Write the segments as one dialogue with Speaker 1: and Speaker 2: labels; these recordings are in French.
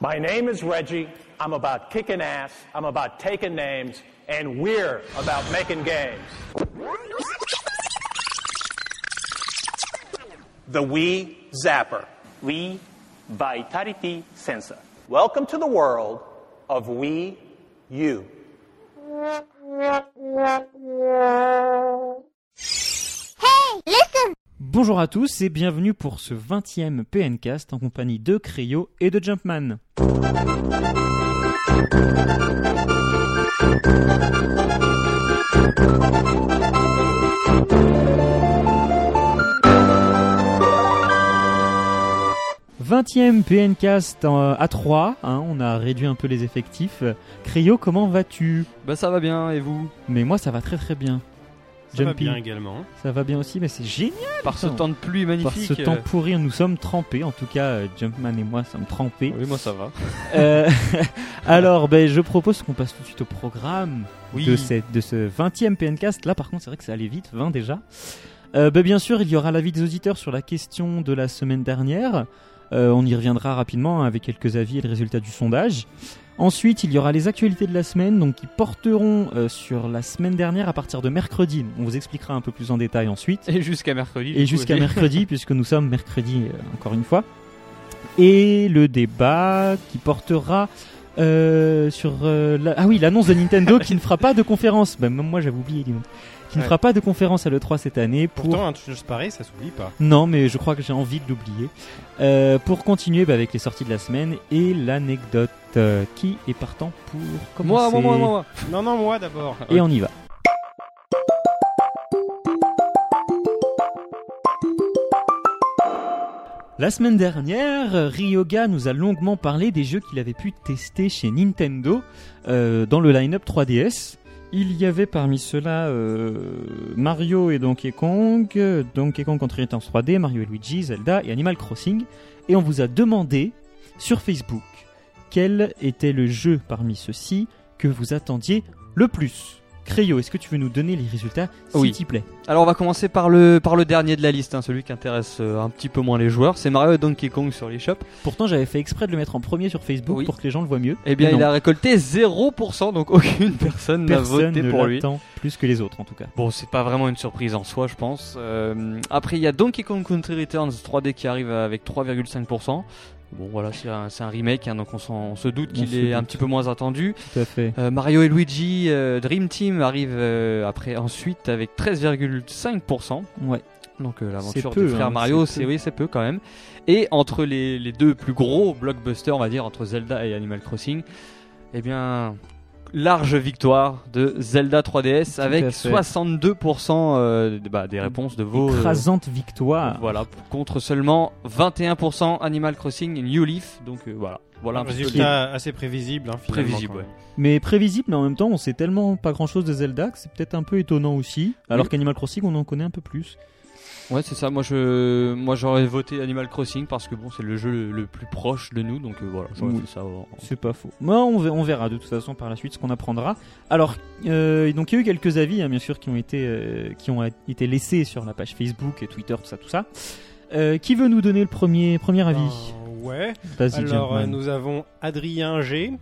Speaker 1: My name is Reggie. I'm about kicking ass. I'm about taking names. And we're about making games.
Speaker 2: The Wii Zapper.
Speaker 3: We Vitality Sensor.
Speaker 2: Welcome to the world of Wii U.
Speaker 4: Bonjour à tous et bienvenue pour ce 20e PNcast en compagnie de Cryo et de Jumpman. Vingtième PNcast en- euh, à 3, on a réduit un peu les effectifs. Cryo, comment vas-tu
Speaker 5: Bah ça va bien et vous
Speaker 4: Mais moi ça va très très bien.
Speaker 6: Ça va
Speaker 4: Jumpy.
Speaker 6: bien également.
Speaker 4: Ça va bien aussi, mais c'est génial
Speaker 5: Par ce
Speaker 4: putain.
Speaker 5: temps de pluie
Speaker 4: Par
Speaker 5: magnifique. euh.
Speaker 4: ce temps pourri, nous sommes trempés, en tout cas euh, Jumpman et moi sommes trempés.
Speaker 5: Oui moi ça va.
Speaker 4: Euh, alors, ben, je propose qu'on passe tout de suite au programme
Speaker 5: Oui.
Speaker 4: de, cette, de ce 20e PNcast. Là, par contre, c'est vrai que ça allait vite, 20 déjà. Euh, ben, bien sûr, il y aura l'avis des auditeurs sur la question de la semaine dernière. Euh, on y reviendra rapidement hein, avec quelques avis et le résultat du sondage. Ensuite, il y aura les actualités de la semaine, donc qui porteront euh, sur la semaine dernière à partir de mercredi. On vous expliquera un peu plus en détail ensuite.
Speaker 5: Et jusqu'à mercredi. du
Speaker 4: Et
Speaker 5: coup,
Speaker 4: jusqu'à
Speaker 5: aussi.
Speaker 4: mercredi, puisque nous sommes mercredi euh, encore une fois. Et le débat qui portera euh, sur euh, la- ah oui l'annonce de Nintendo qui ne fera pas de conférence. Bah, même moi j'avais oublié. dis donc. Qui ne
Speaker 6: Ouais.
Speaker 4: fera pas de conférence à le 3 cette année pour
Speaker 6: Pourtant, un truc pareil, ça s'oublie pas.
Speaker 4: non, mais je crois que j'ai envie de l'oublier. Euh, pour continuer bah, avec les sorties de la semaine et l'anecdote euh, qui est partant pour
Speaker 5: Moi
Speaker 4: commencer.
Speaker 5: moi moi moi. moi.
Speaker 6: Non, non, moi d'abord.
Speaker 4: Et on y va. La semaine dernière, euh, Ryoga nous a longuement parlé des jeux qu'il avait pu tester chez Nintendo euh, dans le line-up 3DS. Il y avait parmi ceux-là euh, Mario et Donkey Kong, euh, Donkey Kong Country Returns 3D, Mario et Luigi, Zelda et Animal Crossing. Et on vous a demandé sur Facebook quel était le jeu parmi ceux-ci que vous attendiez le plus. Cryo, est-ce que tu veux nous donner les résultats, s'il
Speaker 5: Oui.
Speaker 4: te plaît
Speaker 5: Alors on va commencer par le par le dernier de la liste, hein, celui qui intéresse euh, un petit peu moins les joueurs. C'est Mario et Donkey Kong sur l'eShop.
Speaker 4: Pourtant, j'avais fait exprès de le mettre en premier sur Facebook
Speaker 5: Oui.
Speaker 4: pour que les gens le voient mieux.
Speaker 5: Eh bien
Speaker 4: Non.
Speaker 5: il a récolté 0%, donc aucune personne n'a
Speaker 4: Personne
Speaker 5: voté
Speaker 4: ne
Speaker 5: pour lui.
Speaker 4: l'attend plus que les autres, en tout cas.
Speaker 5: Bon, c'est pas vraiment une surprise en soi, je pense. Euh, après, il y a Donkey Kong Country Returns 3D qui arrive avec 3,5%. Bon, voilà, c'est un, c'est un remake, hein, donc on, s'en- on se doute
Speaker 4: On
Speaker 5: qu'il
Speaker 4: se
Speaker 5: est un
Speaker 4: doute.
Speaker 5: petit peu moins attendu.
Speaker 4: Tout à fait.
Speaker 5: Euh, Mario et Luigi euh, Dream Team arrive euh, après ensuite avec 13,5%.
Speaker 4: Ouais.
Speaker 5: Donc euh, l'aventure
Speaker 4: C'est peu,
Speaker 5: du frère
Speaker 4: hein,
Speaker 5: Mario,
Speaker 4: c'est
Speaker 5: c'est
Speaker 4: peu.
Speaker 5: oui, c'est peu quand même. Et entre les, les deux plus gros blockbusters, on va dire entre Zelda et Animal Crossing, eh bien large victoire de Zelda 3DS avec
Speaker 4: à fait.
Speaker 5: 62% euh, de- bah, des réponses de vos euh,
Speaker 4: Écrasante victoire.
Speaker 5: voilà contre seulement 21% Animal Crossing New Leaf. Donc euh, voilà, voilà
Speaker 6: Un
Speaker 5: un petit peu
Speaker 6: résultat assez Ah, prévisible. Hein, finalement,
Speaker 5: Prévisible,
Speaker 6: quand
Speaker 5: ouais.
Speaker 6: même.
Speaker 4: Mais prévisible, mais en même temps, on sait tellement pas grand chose de Zelda que c'est peut-être un peu étonnant aussi. Alors qu'Animal Crossing, on en connaît un peu plus.
Speaker 5: Ouais, c'est ça. Moi, je, moi, j'aurais voté Animal Crossing parce que bon, c'est le jeu le, le plus proche de nous, donc euh, voilà, j'aurais
Speaker 4: Oui.
Speaker 5: fait ça. en- en-
Speaker 4: C'est pas faux. Moi, on ve- on verra de toute façon par la suite ce qu'on apprendra. Alors, euh, donc il y a eu quelques avis, hein, bien sûr, qui ont été euh, qui ont été laissés sur la page Facebook et Twitter, tout ça, tout ça. Euh, qui veut nous donner le premier premier avis
Speaker 6: Ben, ouais.
Speaker 4: Vas-y,
Speaker 6: Alors, euh,
Speaker 4: Jumpman.
Speaker 6: nous avons Adrien G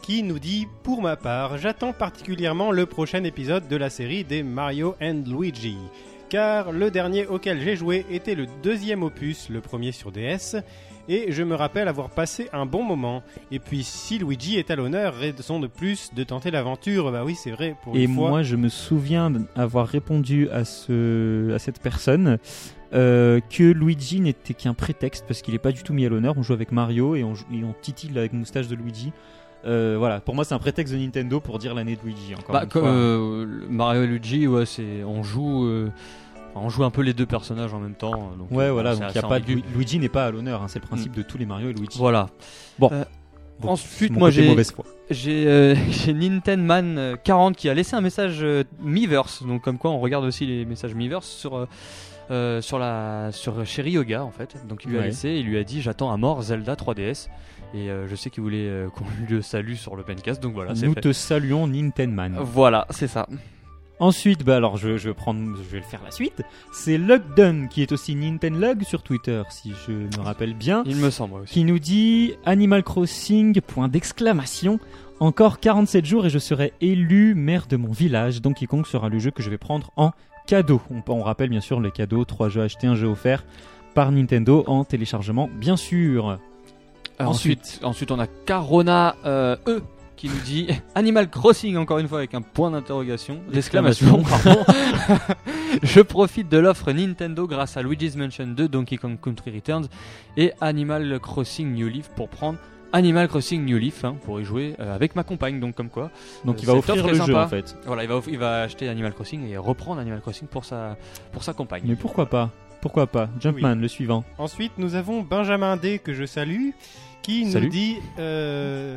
Speaker 6: qui nous dit Pour ma part, j'attends particulièrement le prochain épisode de la série des Mario and Luigi. Car le dernier auquel j'ai joué était le deuxième opus, le premier sur DS, et je me rappelle avoir passé un bon moment. Et puis, si Luigi est à l'honneur, raison de plus de tenter l'aventure, bah oui, c'est vrai, pour
Speaker 4: Et
Speaker 6: une fois.
Speaker 4: moi, je me souviens avoir répondu à, ce, à cette personne euh, que Luigi n'était qu'un prétexte parce qu'il n'est pas du tout mis à l'honneur. On joue avec Mario et on, jou- et on titille avec moustache de Luigi. Euh, voilà, pour moi, c'est un prétexte de Nintendo pour dire l'année de Luigi. Encore
Speaker 5: Bah,
Speaker 4: une
Speaker 5: comme
Speaker 4: fois.
Speaker 5: euh, le- Mario et Luigi, ouais, c'est, on joue, euh, enfin, on joue un peu les deux personnages en même temps. euh, Donc,
Speaker 4: ouais,
Speaker 5: euh,
Speaker 4: voilà,
Speaker 5: c'est
Speaker 4: donc il y a
Speaker 5: assez
Speaker 4: pas de-
Speaker 5: ambigu.
Speaker 4: Luigi n'est pas à l'honneur, hein, c'est le principe de tous les Mario et Luigi.
Speaker 5: Voilà.
Speaker 4: Bon.
Speaker 5: Euh,
Speaker 4: Bon,
Speaker 5: ensuite,
Speaker 4: c'est mon
Speaker 5: moi,
Speaker 4: côté
Speaker 5: j'ai-
Speaker 4: mauvaise foi.
Speaker 5: J'ai, euh, j'ai Nintendo Man euh, 40 qui a laissé un message euh, Miiverse, donc comme quoi on regarde aussi les messages Miiverse sur euh, euh, sur la sur Sherry Yoga en fait. Donc il lui a
Speaker 4: Ouais.
Speaker 5: laissé, il lui a dit j'attends à mort Zelda 3DS et euh, je sais qu'il voulait euh, qu'on le salue sur le pencast, donc voilà c'est
Speaker 4: Nous
Speaker 5: fait. Ah,
Speaker 4: te saluons, Nintendo Man.
Speaker 5: Voilà c'est ça.
Speaker 4: Ensuite, bah alors je, je vais prendre, je vais le faire la suite. C'est Lugdun qui est aussi Nintendo Lug sur Twitter, si je me rappelle bien,
Speaker 5: Il me semble aussi.
Speaker 4: qui nous dit Animal Crossing point d'exclamation. Encore 47 jours et je serai élu maire de mon village. Donc quiconque sera le jeu que je vais prendre en cadeau. On, on rappelle bien sûr le cadeau trois jeux achetés, un jeu offert par Nintendo en téléchargement, bien sûr.
Speaker 5: Euh,
Speaker 4: Ensuite.
Speaker 5: ensuite, ensuite, on a Carona euh, E qui nous dit Animal Crossing encore une fois avec un point d'interrogation, d'exclamation. pardon. Je profite de l'offre Nintendo grâce à Luigi's Mansion 2, Donkey Kong Country Returns et Animal Crossing New Leaf pour prendre Animal Crossing New Leaf hein, pour y jouer euh, avec ma compagne. Donc comme quoi,
Speaker 4: Donc
Speaker 5: Euh,
Speaker 4: il va
Speaker 5: cette
Speaker 4: offrir
Speaker 5: offre est
Speaker 4: le jeu
Speaker 5: sympa.
Speaker 4: en fait.
Speaker 5: voilà, il va off- il va acheter Animal Crossing et reprendre Animal Crossing pour sa pour sa compagne.
Speaker 4: Mais pourquoi pas Pourquoi pas Jumpman, le suivant.
Speaker 6: Ensuite, nous avons Benjamin D que je salue, qui
Speaker 4: Salut.
Speaker 6: nous dit, euh,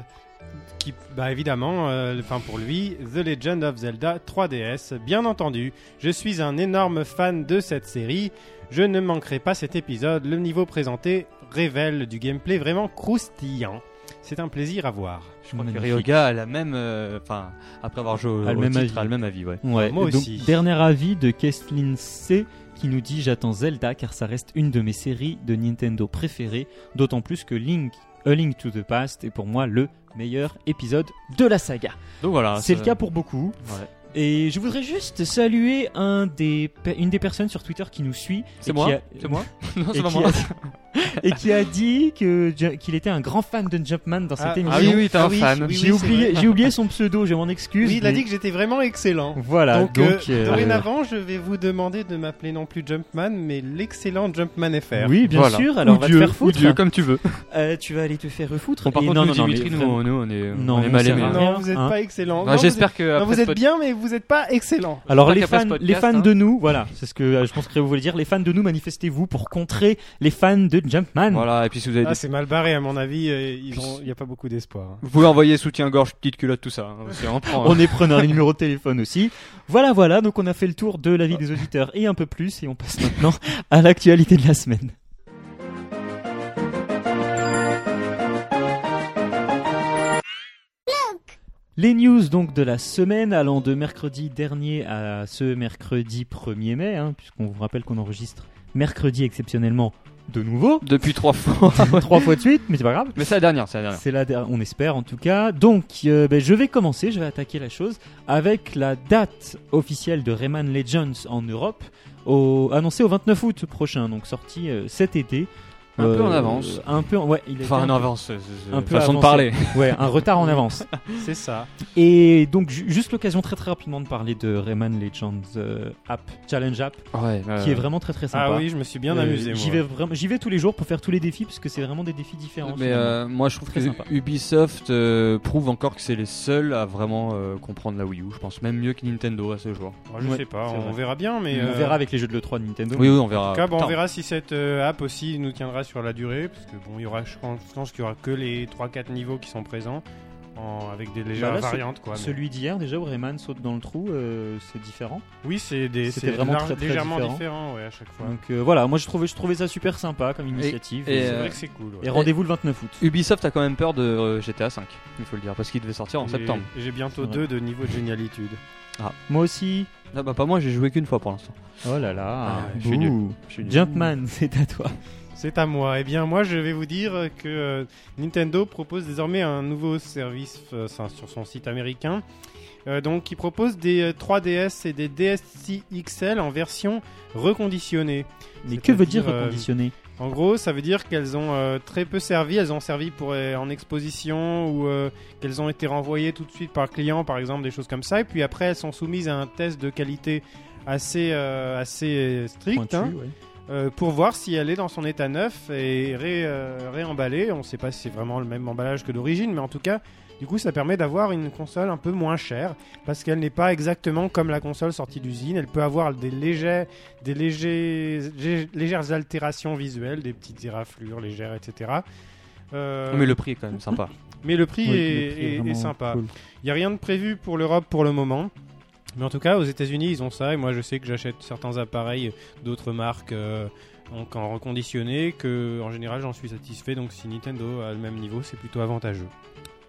Speaker 6: qui, bah évidemment, euh, enfin pour lui, The Legend of Zelda 3DS. Bien entendu, je suis un énorme fan de cette série. Je ne manquerai pas cet épisode. Le niveau présenté révèle du gameplay vraiment croustillant. C'est un plaisir à voir.
Speaker 5: Je crois
Speaker 4: Magnifique.
Speaker 5: que Ryoga a la même, euh, enfin après avoir joué au,
Speaker 4: A le
Speaker 5: au
Speaker 4: même
Speaker 5: titre,
Speaker 4: avis.
Speaker 5: a le même avis, ouais.
Speaker 4: Ouais,
Speaker 6: Moi
Speaker 4: et donc,
Speaker 6: aussi.
Speaker 4: Dernier avis de Kestlin C qui nous dit J'attends Zelda car ça reste une de mes séries de Nintendo préférées, d'autant plus que Link, A Link to the Past est pour moi le meilleur épisode de la saga.
Speaker 5: Donc voilà.
Speaker 4: C'est
Speaker 5: Ah, ça-
Speaker 4: le cas pour beaucoup.
Speaker 5: Ouais.
Speaker 4: Et je voudrais juste saluer un des, pe- une des personnes sur Twitter qui nous suit. et
Speaker 5: C'est
Speaker 4: qui
Speaker 5: moi.
Speaker 4: a-
Speaker 5: C'est moi. non,
Speaker 4: et
Speaker 5: c'est pas
Speaker 4: qui
Speaker 5: moi.
Speaker 4: a- et qui a dit que Ju- qu'il était un grand fan de Jumpman dans cette
Speaker 6: Ah,
Speaker 4: émission.
Speaker 5: Ah oui, oui, t'es
Speaker 6: Ah
Speaker 5: un
Speaker 6: oui,
Speaker 5: fan.
Speaker 6: oui,
Speaker 4: j'ai
Speaker 6: c'est
Speaker 4: oublié,
Speaker 6: vrai.
Speaker 4: j'ai oublié son pseudo, je m'en excuse.
Speaker 6: Oui, il a
Speaker 4: mais-
Speaker 6: dit que j'étais vraiment excellent.
Speaker 4: Voilà, donc,
Speaker 6: donc, euh,
Speaker 4: euh,
Speaker 6: dorénavant, je vais vous demander de m'appeler non plus Jumpman, mais l'excellent Jumpman FR.
Speaker 4: Oui, bien
Speaker 5: Voilà.
Speaker 4: sûr. Alors, on va te faire foutre.
Speaker 5: comme tu veux.
Speaker 4: Euh, tu vas aller te faire refoutre.
Speaker 5: Bon, par
Speaker 4: Et
Speaker 5: contre,
Speaker 4: non, non,
Speaker 5: nous,
Speaker 4: non,
Speaker 5: Dimitri,
Speaker 4: mais
Speaker 5: nous,
Speaker 4: vraiment.
Speaker 5: on- nous, on est,
Speaker 4: Non,
Speaker 5: on est
Speaker 4: on
Speaker 5: mal
Speaker 4: sert
Speaker 5: aimés.
Speaker 4: à
Speaker 5: hein.
Speaker 4: rien.
Speaker 6: Non, vous êtes
Speaker 4: hein.
Speaker 6: pas excellent.
Speaker 5: Bah, J'espère que après
Speaker 6: vous
Speaker 5: ce
Speaker 6: êtes
Speaker 5: pod-
Speaker 6: bien, mais vous êtes pas excellent.
Speaker 4: Alors
Speaker 5: J'espère
Speaker 4: les
Speaker 5: qu'après
Speaker 4: fans,
Speaker 5: ce
Speaker 4: les
Speaker 5: podcast,
Speaker 4: fans
Speaker 5: hein.
Speaker 4: de nous, voilà, c'est ce que euh, je pense que vous voulez dire. Les fans de nous, manifestez-vous pour contrer les fans de Jumpman.
Speaker 5: Voilà, et puis si vous avez
Speaker 6: Ah,
Speaker 5: des-
Speaker 6: c'est mal barré, à mon avis. euh, Ils ont... Il n'y a pas beaucoup d'espoir.
Speaker 5: Vous pouvez envoyer soutien-gorge, petite culotte, tout ça. hein, aussi, on prend, hein.
Speaker 4: On est preneur les numéros de téléphone aussi. Voilà, voilà. Donc on a fait le tour de la vie des auditeurs et un peu plus, et on passe maintenant à l'actualité de la semaine. Les news donc de la semaine allant de mercredi dernier à ce mercredi 1er mai, hein, puisqu'on vous rappelle qu'on enregistre mercredi exceptionnellement de nouveau,
Speaker 5: Depuis trois fois.
Speaker 4: trois fois de suite, mais c'est pas grave.
Speaker 5: Mais c'est la dernière, c'est la dernière.
Speaker 4: C'est la der- on espère en tout cas. Donc, euh, ben, je vais commencer, je vais attaquer la chose avec la date officielle de Rayman Legends en Europe, au- annoncée au 29 août prochain, donc sortie euh, cet été. Euh,
Speaker 5: Un peu en avance.
Speaker 4: Un peu, en- ouais, il a
Speaker 5: Enfin,
Speaker 4: été
Speaker 5: en
Speaker 4: un peu-
Speaker 5: avance. c'est- c'est-
Speaker 4: un peu
Speaker 5: façon de
Speaker 4: avancé.
Speaker 5: parler.
Speaker 4: ouais, un retard en avance.
Speaker 6: C'est ça.
Speaker 4: Et donc, ju- juste l'occasion très très rapidement de parler de Rayman Legends euh, App, Challenge App,
Speaker 5: Ouais,
Speaker 4: qui est vraiment très très sympa.
Speaker 6: Ah oui, je me suis bien
Speaker 4: Euh,
Speaker 6: amusé.
Speaker 4: J'y
Speaker 6: moi.
Speaker 4: vais, vraiment- j'y vais tous les jours pour faire tous les défis, parce que c'est vraiment des défis différents.
Speaker 5: Mais
Speaker 4: finalement.
Speaker 5: euh, moi, je trouve que
Speaker 4: Très sympa.
Speaker 5: Ubisoft euh, prouve encore que c'est les seuls à vraiment euh, comprendre la Wii U. Je pense même mieux que Nintendo à ce jour.
Speaker 6: Moi, je
Speaker 4: Ouais,
Speaker 6: sais pas,
Speaker 4: c'est
Speaker 6: on
Speaker 4: vrai.
Speaker 6: verra bien, mais.
Speaker 4: on
Speaker 6: euh,
Speaker 4: verra avec les jeux de l'E3 de Nintendo.
Speaker 5: Oui, oui, on verra.
Speaker 6: en tout cas, bon, on
Speaker 5: Putain.
Speaker 6: verra si cette euh, app aussi nous tiendra sur la durée, parce que bon, il y aura, je pense, je pense qu'il y aura que les 3-4 niveaux qui sont présents, en- avec des légères
Speaker 4: Bah là, ce-
Speaker 6: variantes, quoi. mais-
Speaker 4: Celui d'hier, déjà, où Rayman saute dans le trou, euh, c'est différent.
Speaker 6: Oui, c'est des,
Speaker 4: C'était
Speaker 6: c'est
Speaker 4: vraiment
Speaker 6: lar-
Speaker 4: très, très
Speaker 6: légèrement
Speaker 4: différent.
Speaker 6: différent, ouais, à chaque fois.
Speaker 4: Donc euh, voilà, moi je trouvais, je trouvais ça super sympa comme initiative.
Speaker 5: et,
Speaker 4: Et,
Speaker 6: c'est
Speaker 5: euh,
Speaker 6: vrai que c'est cool. ouais.
Speaker 4: et rendez-vous le 29 août.
Speaker 5: Ubisoft a quand même peur de euh, GTA V, il faut le dire, parce qu'il devait sortir en
Speaker 6: Et-
Speaker 5: septembre.
Speaker 6: et J'ai bientôt
Speaker 4: Ouais.
Speaker 6: deux de niveau de génialitude.
Speaker 4: Moi aussi.
Speaker 5: Ah bah pas moi, j'ai joué qu'une fois pour l'instant.
Speaker 4: Oh là là.
Speaker 5: Ah, je suis
Speaker 4: Bouh.
Speaker 5: nul. Je suis nul.
Speaker 4: Jumpman, c'est à toi.
Speaker 6: C'est à moi. Eh bien, moi, je vais vous dire euh, que euh, Nintendo propose désormais un nouveau service euh, enfin, sur son site américain. Euh, donc, qui propose des euh, 3DS et des DSi XL en version reconditionnée.
Speaker 4: Mais
Speaker 6: C'est
Speaker 4: que
Speaker 6: à
Speaker 4: veut dire
Speaker 6: dire, euh,
Speaker 4: reconditionner
Speaker 6: En gros, ça veut dire qu'elles ont euh, très peu servi. Elles ont servi pour euh, en exposition ou euh, qu'elles ont été renvoyées tout de suite par client, par exemple, des choses comme ça. Et puis après, elles sont soumises à un test de qualité assez euh, assez euh, strict.
Speaker 4: Pointu,
Speaker 6: hein.
Speaker 4: ouais.
Speaker 6: Euh, pour voir si elle est dans son état neuf et ré, euh, réemballée. On ne sait pas si c'est vraiment le même emballage que d'origine, mais en tout cas, du coup, ça permet d'avoir une console un peu moins chère parce qu'elle n'est pas exactement comme la console sortie d'usine. Elle peut avoir des légers, des légers, gé- légères altérations visuelles, des petites éraflures légères, etc. Euh,
Speaker 5: Mais le prix est quand même sympa.
Speaker 6: mais le prix
Speaker 4: Oui,
Speaker 6: est,
Speaker 4: le prix
Speaker 6: est- est
Speaker 4: vraiment
Speaker 6: sympa.
Speaker 4: cool.
Speaker 6: Il n'y a rien de prévu pour l'Europe pour le moment. Mais en tout cas, aux États-Unis, ils ont ça. Et moi, je sais que j'achète certains appareils d'autres marques euh, donc en reconditionné, que en général, j'en suis satisfait. Donc, si Nintendo a le même niveau, c'est plutôt avantageux.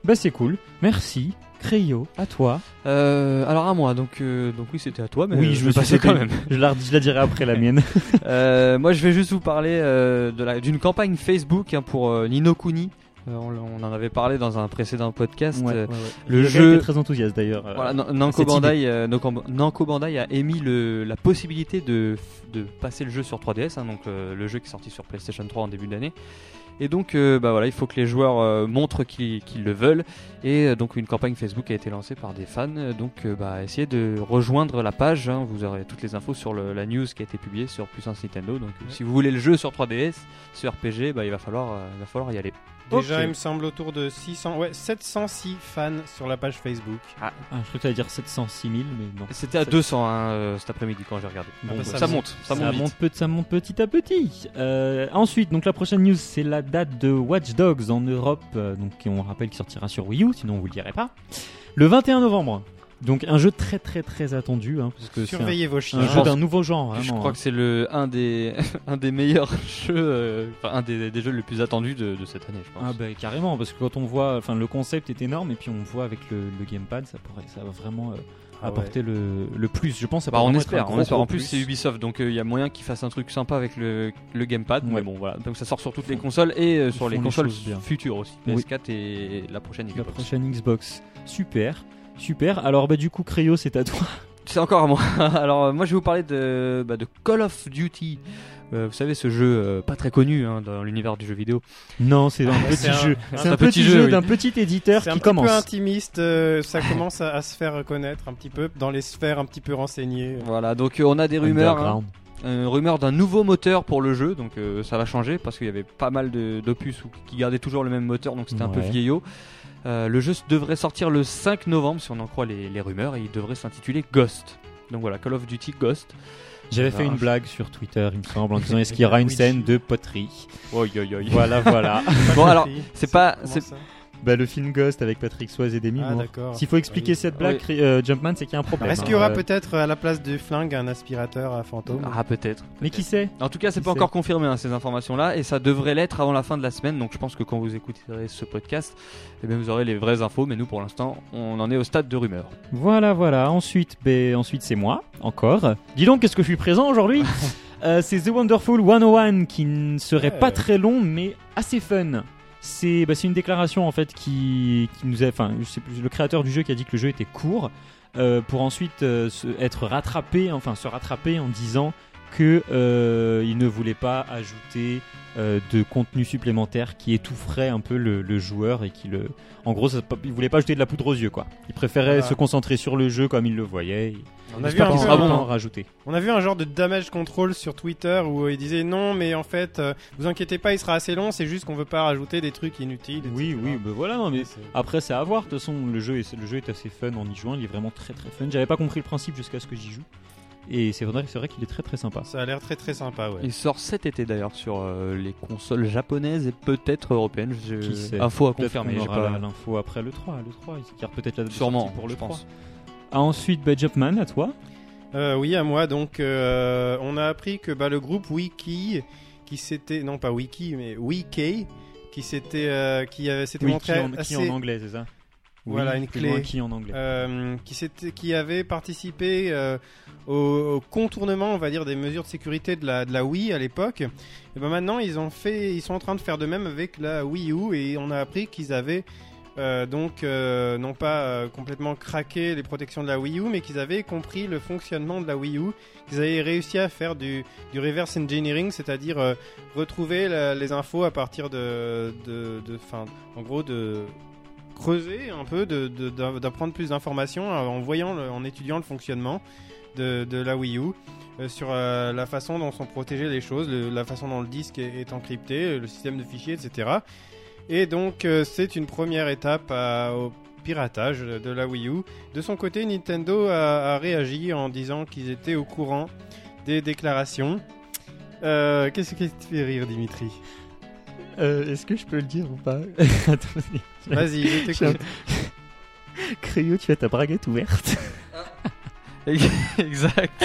Speaker 4: Bah c'est cool. Merci. Créo, à toi.
Speaker 5: Euh, alors à moi, donc, euh, donc oui, c'était à toi, mais euh,
Speaker 4: me suis
Speaker 5: passais
Speaker 4: sauté
Speaker 5: quand
Speaker 4: une-
Speaker 5: même.
Speaker 4: Je la, je la dirai après la mienne.
Speaker 5: Euh, moi, je vais juste vous parler euh, de la- d'une campagne Facebook hein, pour euh, l'Inokuni. Euh, on, l'a- on en avait parlé dans un précédent podcast.
Speaker 4: Ouais,
Speaker 5: Euh,
Speaker 4: ouais, ouais.
Speaker 5: le
Speaker 4: Le
Speaker 5: jeu-
Speaker 4: jeu était très enthousiaste d'ailleurs. euh,
Speaker 5: voilà, Nan- Namco
Speaker 4: cette
Speaker 5: Bandai, euh, Namco- Namco Bandai a émis le- la possibilité de, f- de passer le jeu sur 3DS, hein, donc euh, le jeu qui est sorti sur PlayStation 3 en début d'année. Et donc, euh, bah voilà, il faut que les joueurs euh, montrent qu'ils qu'ils le veulent. Et euh, donc, une campagne Facebook a été lancée par des fans. Euh, Donc, euh, bah, essayez de rejoindre la page. hein. vous aurez toutes les infos sur le- la news qui a été publiée sur Puissance Nintendo. Donc, euh, si vous voulez le jeu sur 3DS, ce RPG, bah, il, va falloir, euh, il va falloir y aller.
Speaker 6: Déjà,
Speaker 5: Ok.
Speaker 6: il me semble autour de 600, ouais, 706 fans sur la page Facebook.
Speaker 4: Ah, je crois que tu allais dire 706 000, mais non.
Speaker 5: C'était à
Speaker 4: Ça-
Speaker 5: 200 hein, euh, cet après-midi quand j'ai regardé.
Speaker 6: bah,
Speaker 5: Donc,
Speaker 6: ça
Speaker 5: Ah, ça,
Speaker 6: monte.
Speaker 5: monte, ça monte.
Speaker 4: Ça
Speaker 5: vite.
Speaker 4: monte, pe- ça monte petit à petit. Euh, ensuite, donc la prochaine news, c'est la date de Watch Dogs en Europe. euh, donc qui- on rappelle qu'il sortira sur Wii U, sinon vous le lirez pas. Le 21 novembre. Donc un jeu très très très attendu, hein, parce que c'est un,
Speaker 6: Surveillez vos chiens.
Speaker 4: un
Speaker 5: Je
Speaker 4: jeu
Speaker 5: pense-
Speaker 4: d'un nouveau genre.
Speaker 5: je
Speaker 4: vraiment,
Speaker 5: crois
Speaker 4: hein.
Speaker 5: que c'est le un des un des meilleurs jeux, euh, enfin un des, des jeux les plus attendus de, de cette année, je pense.
Speaker 4: Ah bah carrément, parce que quand on voit, enfin le concept est énorme et puis on voit avec le, le gamepad, ça pourrait, ça va vraiment euh,
Speaker 6: Ah ouais.
Speaker 4: apporter le, le plus. Je pense, ça
Speaker 5: Bah,
Speaker 4: pourrait
Speaker 5: on
Speaker 4: vraiment
Speaker 5: espère,
Speaker 4: être un
Speaker 5: on
Speaker 4: gros,
Speaker 5: espère.
Speaker 4: gros
Speaker 5: En plus, c'est Ubisoft, donc euh, il y a moyen qu'ils fassent un truc sympa avec le, le gamepad. Mais
Speaker 4: Ouais.
Speaker 5: bon, voilà. Donc ça sort sur toutes les consoles et euh, sur
Speaker 4: font
Speaker 5: les
Speaker 4: les
Speaker 5: consoles
Speaker 4: choses bien.
Speaker 5: futures aussi,
Speaker 4: Oui.
Speaker 5: PS4 et la prochaine
Speaker 4: La
Speaker 5: Xbox.
Speaker 4: prochaine Xbox, super, super. Alors bah du coup, Créo, c'est à toi.
Speaker 5: C'est encore à moi. Alors euh, moi je vais vous parler de, bah, de Call of Duty. Euh, vous savez ce jeu euh, pas très connu hein, dans l'univers du jeu vidéo.
Speaker 4: Non, c'est un
Speaker 6: c'est
Speaker 4: petit
Speaker 6: un-
Speaker 4: jeu.
Speaker 5: un
Speaker 4: C'est un
Speaker 5: petit
Speaker 4: petit
Speaker 5: jeu,
Speaker 4: jeu
Speaker 5: oui.
Speaker 4: d'un petit éditeur
Speaker 6: C'est un
Speaker 4: qui
Speaker 6: petit
Speaker 4: commence.
Speaker 6: peu intimiste, euh, ça commence à, à se faire reconnaître un petit peu dans les sphères un petit peu renseignées.
Speaker 5: Voilà, donc euh, on a des rumeurs. hein.
Speaker 4: Underground.
Speaker 5: une rumeur d'un nouveau moteur pour le jeu, donc euh, ça va changer parce qu'il y avait pas mal de- d'opus où- qui gardaient toujours le même moteur, donc c'était un peu
Speaker 4: Ouais.
Speaker 5: vieillot. Euh, le jeu s- devrait sortir le 5 novembre si on en croit les, les rumeurs et il devrait s'intituler Ghost. Donc voilà, Call of Duty Ghost.
Speaker 4: J'avais fait
Speaker 5: Voilà.
Speaker 4: une blague sur Twitter, il me semble, en disant est-ce qu'il y aura une scène de poterie
Speaker 5: Oi, oi, oi.
Speaker 4: Voilà, voilà.
Speaker 5: Bon, alors, c'est pas-
Speaker 6: comment
Speaker 5: c'est-
Speaker 6: ça
Speaker 4: bah, le film Ghost avec Patrick Swayze et Demi
Speaker 6: Ah,
Speaker 4: Moore.
Speaker 6: d'accord.
Speaker 4: S'il faut expliquer
Speaker 6: Oui.
Speaker 4: cette blague,
Speaker 5: Oui.
Speaker 4: Cré- euh, Jumpman, c'est qu'il y a un problème.
Speaker 6: Alors, Est-ce qu'il y
Speaker 4: hein.
Speaker 6: aura
Speaker 4: Euh,
Speaker 6: peut-être à la place du flingue un aspirateur à fantôme
Speaker 5: Ah peut-être.
Speaker 4: Mais qui sait
Speaker 5: En tout cas, c'est
Speaker 4: Qui
Speaker 5: pas
Speaker 4: sait
Speaker 5: encore confirmé hein, ces informations-là et ça devrait l'être avant la fin de la semaine. Donc je pense que quand vous écouterez ce podcast, eh bien, vous aurez les vraies infos. Mais nous, pour l'instant, on en est au stade de rumeurs.
Speaker 4: Voilà, voilà. Ensuite, ben, ensuite c'est moi, encore. Dis donc, qu'est-ce que je suis présent aujourd'hui Euh, C'est The Wonderful 101 qui ne serait pas
Speaker 6: Ouais.
Speaker 4: très long, mais assez fun. C'est bah, c'est une déclaration en fait qui, qui nous a. Enfin, je sais plus, le créateur du jeu qui a dit que le jeu était court euh, pour ensuite euh, se- être rattrapé, enfin se rattraper en disant que euh, il ne voulait pas ajouter euh, de contenu supplémentaire qui étoufferait un peu le, le joueur et qui le. En gros, ça, il voulait pas ajouter de la poudre aux yeux quoi. Il préférait
Speaker 6: Voilà.
Speaker 4: se concentrer sur le jeu comme il le voyait. et-
Speaker 6: on a, vu
Speaker 4: J'espère
Speaker 6: un
Speaker 4: qu'il
Speaker 6: peu
Speaker 4: sera
Speaker 6: un-
Speaker 4: bon à en rajouter.
Speaker 6: on a vu un genre de damage control sur Twitter où euh, il disait non, mais en fait, euh, vous inquiétez pas, il sera assez long, c'est juste qu'on veut pas rajouter des trucs inutiles.
Speaker 4: Oui,
Speaker 6: etc.
Speaker 4: oui, bah voilà, non, mais
Speaker 6: C'est-
Speaker 4: après c'est à voir. De toute façon, le jeu, est, le jeu est assez fun en y jouant. Il est vraiment très très fun. J'avais pas compris le principe jusqu'à ce que j'y joue. Et c'est vrai, c'est vrai qu'il est très très sympa.
Speaker 6: Ça a l'air très très sympa, ouais.
Speaker 5: Il sort cet été d'ailleurs sur euh, les consoles japonaises et peut-être européennes. Je-
Speaker 4: Qui sait
Speaker 5: Info à
Speaker 4: Peut-être
Speaker 5: confirmer.
Speaker 4: qu'on
Speaker 5: j'ai
Speaker 4: aura
Speaker 5: pas-
Speaker 4: la- l'info après le 3, le 3, car peut-être la date de
Speaker 5: Sûrement,
Speaker 4: sortie pour le
Speaker 5: je
Speaker 4: 3.
Speaker 5: pense.
Speaker 4: Ah, ensuite, bah, Jumpman, à toi.
Speaker 6: Euh, oui, à moi. Donc, euh, on a appris que bah, le groupe Wiki, qui s'était, non pas Wiki, mais Wiki, qui s'était, euh, qui avait, s'était
Speaker 4: Oui, qui
Speaker 6: montré
Speaker 4: en, qui
Speaker 6: assez,
Speaker 4: en anglais, c'est ça
Speaker 6: Voilà, une
Speaker 4: plus loin,
Speaker 6: clé.
Speaker 4: Qui en anglais.
Speaker 6: euh, qui s'était, qui avait participé euh, au, au contournement, on va dire, des mesures de sécurité de la, de la Wii à l'époque. Et ben maintenant, ils ont fait, ils sont en train de faire de même avec la Wii U, et on a appris qu'ils avaient euh, donc euh, non pas euh, complètement craqué les protections de la Wii U, mais qu'ils avaient compris le fonctionnement de la Wii U, qu'ils avaient réussi à faire du, du reverse engineering, c'est-à-dire euh, retrouver la- les infos à partir de, de, de- fin, en gros de creuser un peu, de- de- d'a- d'apprendre plus d'informations euh, en voyant, le- en étudiant le fonctionnement de, de la Wii U. euh, sur euh, la façon dont sont protégées les choses, le- la façon dont le disque est, est encrypté, euh, le système de fichiers, etc. Et donc euh, c'est une première étape à- au piratage de la Wii U. De son côté, Nintendo a, a réagi en disant qu'ils étaient au courant des déclarations. Euh, Qu'est-ce qui te fait rire, Dimitri
Speaker 4: Est-ce que je peux le dire ou pas
Speaker 6: Euh. Vas-y, je t'écoute.
Speaker 4: Créo, tu as ta braguette ouverte.
Speaker 5: exact.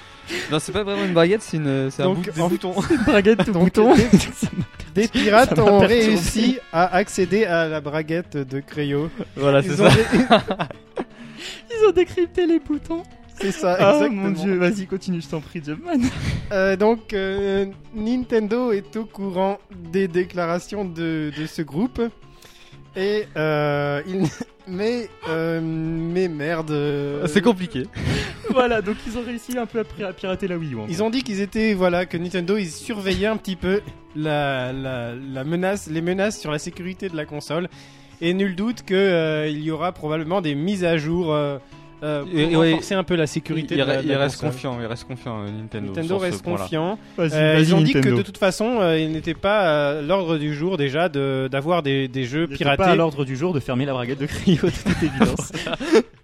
Speaker 5: non, c'est pas vraiment une baguette, c'est une, c'est un
Speaker 6: Donc,
Speaker 5: bout- des
Speaker 6: en-
Speaker 5: boutons.
Speaker 4: braguette tout bouton.
Speaker 6: Des pirates
Speaker 4: Ça m'a
Speaker 6: ont
Speaker 4: perturbé.
Speaker 6: réussi à accéder à la braguette de Créo.
Speaker 4: Voilà,
Speaker 6: Ils
Speaker 4: Ah, c'est
Speaker 6: ont
Speaker 4: ça.
Speaker 6: dé-
Speaker 4: Ils ont décrypté les boutons.
Speaker 6: C'est ça,
Speaker 4: Oh
Speaker 6: exactement.
Speaker 4: mon dieu, vas-y, continue, je t'en prie, Jumpman.
Speaker 6: Euh, donc, euh, Nintendo est au courant des déclarations de, de ce groupe. Et euh, il- Mais, euh, mais merde. euh,
Speaker 5: C'est compliqué.
Speaker 4: voilà, donc ils ont réussi un peu à, pri- à pirater la Wii U. en fait.
Speaker 6: Ils ont dit qu'ils étaient, voilà, que Nintendo, ils surveillaient un petit peu la, la- la menace, les menaces sur la sécurité de la console. Et nul doute qu'il y aura probablement des mises à jour euh, euh, pour
Speaker 5: Et- et ouais,
Speaker 6: renforcer un peu la sécurité
Speaker 5: Il,
Speaker 6: de la, de
Speaker 5: il
Speaker 6: la
Speaker 5: reste
Speaker 6: console.
Speaker 5: confiant, il reste confiant euh, Nintendo.
Speaker 6: Nintendo
Speaker 5: sur ce
Speaker 6: reste
Speaker 5: point-là.
Speaker 6: confiant.
Speaker 4: Vas-y,
Speaker 6: Euh,
Speaker 4: vas-y,
Speaker 6: ils ont dit que
Speaker 4: Nintendo.
Speaker 6: de toute façon, euh, il n'était pas euh, l'ordre du jour déjà de d'avoir des, des jeux
Speaker 4: Il était
Speaker 6: piratés.
Speaker 4: pas à l'ordre du jour de fermer la braguette de Cryo, de toute évidence.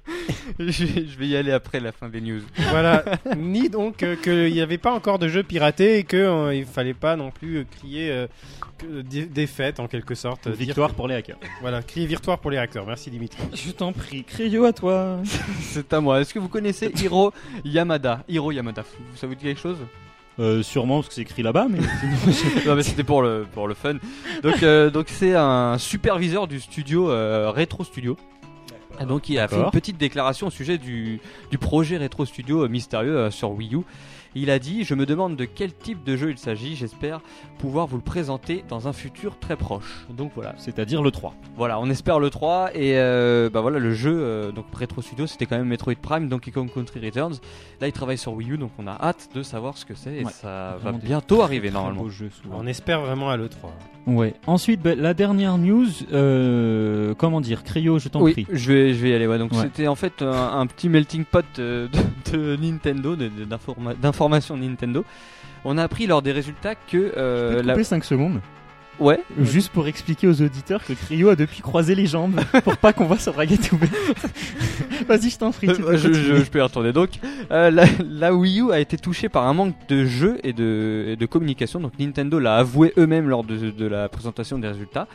Speaker 5: je, vais- je vais y aller après la fin des news.
Speaker 6: Voilà. Ni donc euh, qu'il n'y avait pas encore de jeux piratés et qu'il ne fallait pas non plus euh, crier euh, que- dé- défaite en quelque sorte. euh, dire
Speaker 4: Victoire
Speaker 6: que-
Speaker 4: pour les hackers.
Speaker 6: Voilà, crier victoire pour les hackers. Merci Dimitri.
Speaker 4: Je t'en prie, Cryo à toi.
Speaker 5: C'est à moi. Est-ce que vous connaissez Hiro Yamada Hiro Yamada, vous- ça vous dit quelque chose
Speaker 4: Euh, sûrement parce que c'est écrit là-bas, mais
Speaker 5: Non mais c'était pour le pour le fun. Donc euh, donc c'est un superviseur du studio euh, Retro Studio. Ah, Donc il a fait une
Speaker 4: D'accord.
Speaker 5: petite déclaration au sujet du, du projet Retro Studio euh, mystérieux euh, sur Wii U. Il a dit "Je me demande de quel type de jeu il s'agit. J'espère pouvoir vous le présenter dans un futur très proche." Donc voilà,
Speaker 4: c'est-à-dire le 3.
Speaker 5: voilà, on espère le 3 et euh, bah voilà le jeu euh, donc Retro Studio c'était quand même Metroid Prime Donkey Kong Country Returns. Là il travaille sur Wii U donc on a hâte de savoir ce que c'est et
Speaker 4: Ouais.
Speaker 5: ça va
Speaker 4: Vraiment des
Speaker 5: bientôt arriver
Speaker 4: Très
Speaker 5: normalement.
Speaker 4: beau jeu, souvent.
Speaker 6: On espère vraiment à l'E3.
Speaker 4: Ouais. Ensuite, bah, la dernière news, euh, comment dire, Cryo, je t'en
Speaker 5: oui,
Speaker 4: prie.
Speaker 5: Je vais, je vais y aller. Ouais. Donc
Speaker 4: Ouais.
Speaker 5: c'était en fait un, un petit melting pot euh, de, de Nintendo, de- de- d'informa- d'informations Nintendo. On a appris lors des résultats que euh,
Speaker 4: Je peux te
Speaker 5: la-
Speaker 4: couper 5 secondes
Speaker 5: ouais,
Speaker 4: Juste pour expliquer aux auditeurs que Cryo a depuis croisé les jambes pour pas qu'on voit sa braguette ouverte. Vas-y, je t'en prie. tu peux
Speaker 5: Euh, je, je-
Speaker 4: continuer.
Speaker 5: je peux y retourner donc. Euh, la, la Wii U a été touchée par un manque de jeu et de, et de communication. Donc Nintendo l'a avoué eux-mêmes lors de, de la présentation des résultats.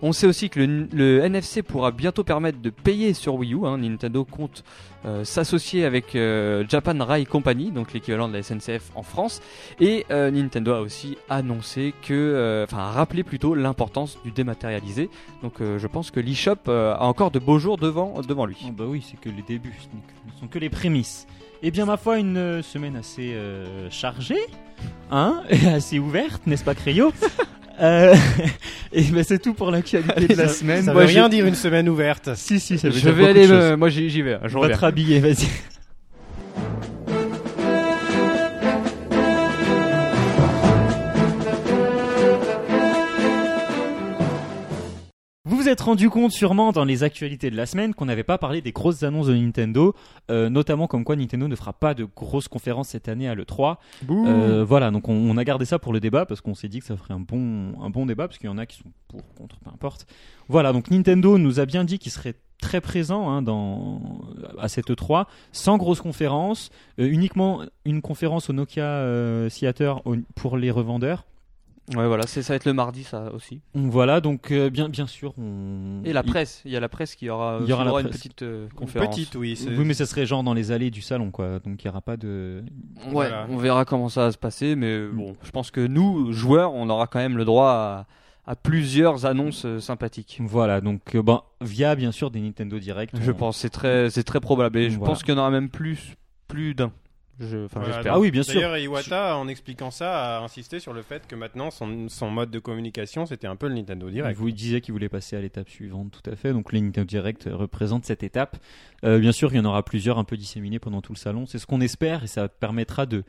Speaker 5: On sait aussi que le, le NFC pourra bientôt permettre de payer sur Wii U. hein. Nintendo compte euh, s'associer avec euh, Japan Rail Company, donc l'équivalent de la SNCF en France. Et euh, Nintendo a aussi annoncé que, euh, enfin, a rappelé plutôt l'importance du dématérialisé. Donc euh, je pense que l'eShop euh, a encore de beaux jours devant, devant lui.
Speaker 4: Oh bah oui, c'est que les débuts, ce n'est que- ce sont que les prémices. Eh bien, ma foi, une euh, semaine assez euh, chargée, hein, et assez ouverte, n'est-ce pas, Cryo Euh, Et ben c'est tout pour l'actualité de la
Speaker 6: ça-
Speaker 4: semaine.
Speaker 6: Ça
Speaker 4: Moi,
Speaker 6: veut
Speaker 4: je-
Speaker 6: rien dire une semaine ouverte.
Speaker 4: Si, si, ça veut
Speaker 5: Je
Speaker 4: dire
Speaker 5: vais
Speaker 4: beaucoup
Speaker 5: aller,
Speaker 4: de
Speaker 5: me-
Speaker 4: choses.
Speaker 5: moi j'y j'y vais, hein, je
Speaker 4: Va
Speaker 5: reviens.
Speaker 4: te rhabiller, vas-y. Vous vous êtes rendu compte sûrement dans les actualités de la semaine qu'on n'avait pas parlé des grosses annonces de Nintendo, euh, notamment comme quoi Nintendo ne fera pas de grosses conférences cette année à l'E3.
Speaker 5: Mm.
Speaker 4: Euh, voilà, donc on, on a gardé ça pour le débat parce qu'on s'est dit que ça ferait un bon, un bon débat parce qu'il y en a qui sont pour, contre, peu importe. Voilà, donc Nintendo nous a bien dit qu'il serait très présent hein, dans, à cette E3, sans grosse conférence, euh, uniquement une conférence au Nokia euh, Theater au- pour les revendeurs.
Speaker 5: Ouais, voilà, c'est- ça va être le mardi, ça aussi.
Speaker 4: Voilà, donc euh, bien, bien sûr, on...
Speaker 5: Et la
Speaker 4: il-
Speaker 5: presse, il y a la presse qui aura,
Speaker 4: Il y
Speaker 5: qui
Speaker 4: aura la
Speaker 5: une
Speaker 4: presse.
Speaker 5: petite euh,
Speaker 6: Une
Speaker 5: conférence.
Speaker 6: Petite, oui. c'est-
Speaker 4: Oui, mais ça serait genre dans les allées du salon, quoi. Donc il n'y aura pas de.
Speaker 5: Ouais,
Speaker 6: Voilà.
Speaker 5: on verra comment ça va se passer, mais euh, bon, je pense que nous, joueurs, on aura quand même le droit à, à plusieurs annonces euh, sympathiques.
Speaker 4: Voilà, donc euh, ben, via bien sûr des Nintendo Direct.
Speaker 5: Je
Speaker 4: on-
Speaker 5: pense, c'est très, c'est très probable, et je
Speaker 4: Voilà.
Speaker 5: pense qu'il y en aura même plus, plus d'un. Je- Enfin,
Speaker 6: Voilà,
Speaker 5: j'espère.
Speaker 4: Ah oui, bien sûr.
Speaker 6: D'ailleurs, Iwata, en expliquant ça, a insisté sur le fait que maintenant, son, son mode de communication, c'était un peu le Nintendo Direct.
Speaker 4: Vous disiez qu'il voulait passer à l'étape suivante, tout à fait. Donc le Nintendo Direct euh, représente cette étape. Euh, bien sûr, il y en aura plusieurs un peu disséminés pendant tout le salon. C'est ce qu'on espère et ça permettra de.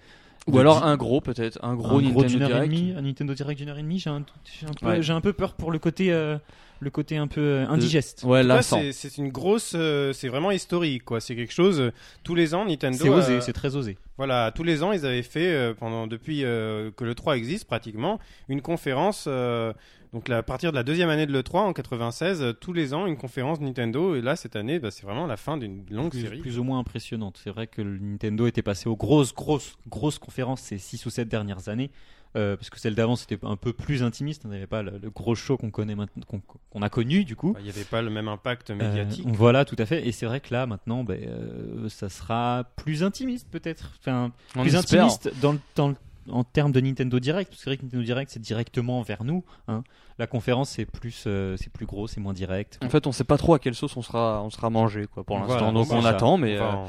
Speaker 5: Ou
Speaker 4: de
Speaker 5: alors
Speaker 4: di-
Speaker 5: un gros, peut-être, un gros
Speaker 4: un
Speaker 5: Nintendo
Speaker 4: d'une heure
Speaker 5: Direct.
Speaker 4: et demie, un Nintendo Direct d'une heure et demie. J'ai un, j'ai un peu,
Speaker 5: Ouais.
Speaker 4: j'ai un peu peur pour le côté, euh, le côté un peu euh, indigeste.
Speaker 5: Ouais,
Speaker 6: Là,
Speaker 5: là, sans.
Speaker 6: c'est c'est une grosse, euh, c'est vraiment historique, quoi. C'est quelque chose. euh, Tous les ans, Nintendo.
Speaker 4: C'est osé,
Speaker 6: euh,
Speaker 4: c'est très osé.
Speaker 6: Voilà, tous les ans, ils avaient fait, euh, pendant, depuis euh, que l'E3 existe pratiquement, une conférence. euh, donc, là, à partir de la deuxième année de l'E3, en 96, euh, tous les ans, une conférence Nintendo. Et là, cette année, bah, c'est vraiment la fin d'une longue
Speaker 4: Plus,
Speaker 6: série.
Speaker 4: plus ou moins impressionnante. C'est vrai que le Nintendo était passé aux grosses, grosses, grosses conférences ces 6 ou 7 dernières années. euh, parce que celle d'avant c'était un peu plus intimiste, on n'avait pas le, le gros show qu'on connaît maintenant, qu'on qu'on a connu du coup.
Speaker 6: Bah, Il n'y avait pas le même impact
Speaker 4: Euh,
Speaker 6: médiatique.
Speaker 4: voilà, tout à fait. Et c'est vrai que là, maintenant, ben, euh, ça sera plus intimiste, peut-être. Enfin,
Speaker 5: On
Speaker 4: plus
Speaker 5: espère.
Speaker 4: intimiste dans le, dans le- en termes de Nintendo Direct, parce que c'est vrai que Nintendo Direct c'est directement vers nous. hein. La conférence c'est plus, euh, c'est plus gros, c'est moins direct.
Speaker 5: En fait, on sait pas trop à quelle sauce on sera, on sera mangé quoi pour l'instant.
Speaker 6: Voilà,
Speaker 5: donc
Speaker 6: c'est
Speaker 5: on
Speaker 6: ça.
Speaker 5: attend, mais
Speaker 6: Enfin,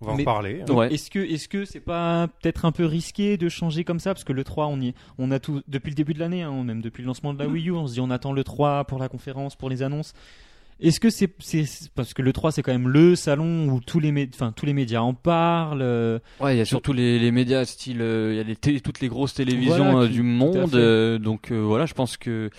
Speaker 6: on va en
Speaker 4: euh, mais-
Speaker 6: parler. hein.
Speaker 5: euh, ouais.
Speaker 4: Est-ce que est-ce que c'est pas peut-être un peu risqué de changer comme ça parce que le 3 on y on a tout depuis le début de l'année hein, même depuis le lancement
Speaker 5: Mm.
Speaker 4: de la Wii U on se dit on attend le 3 pour la conférence pour les annonces est-ce que c'est c'est- parce que le 3 c'est quand même le salon où tous les mé- enfin tous les médias en parlent euh,
Speaker 5: Ouais, il y a surtout les, les médias, style, euh, il y a les télé- toutes les grosses télévisions
Speaker 4: Voilà,
Speaker 5: euh,
Speaker 4: qui-
Speaker 5: du
Speaker 4: à
Speaker 5: monde.
Speaker 4: fait.
Speaker 5: euh, donc euh, voilà, je pense que.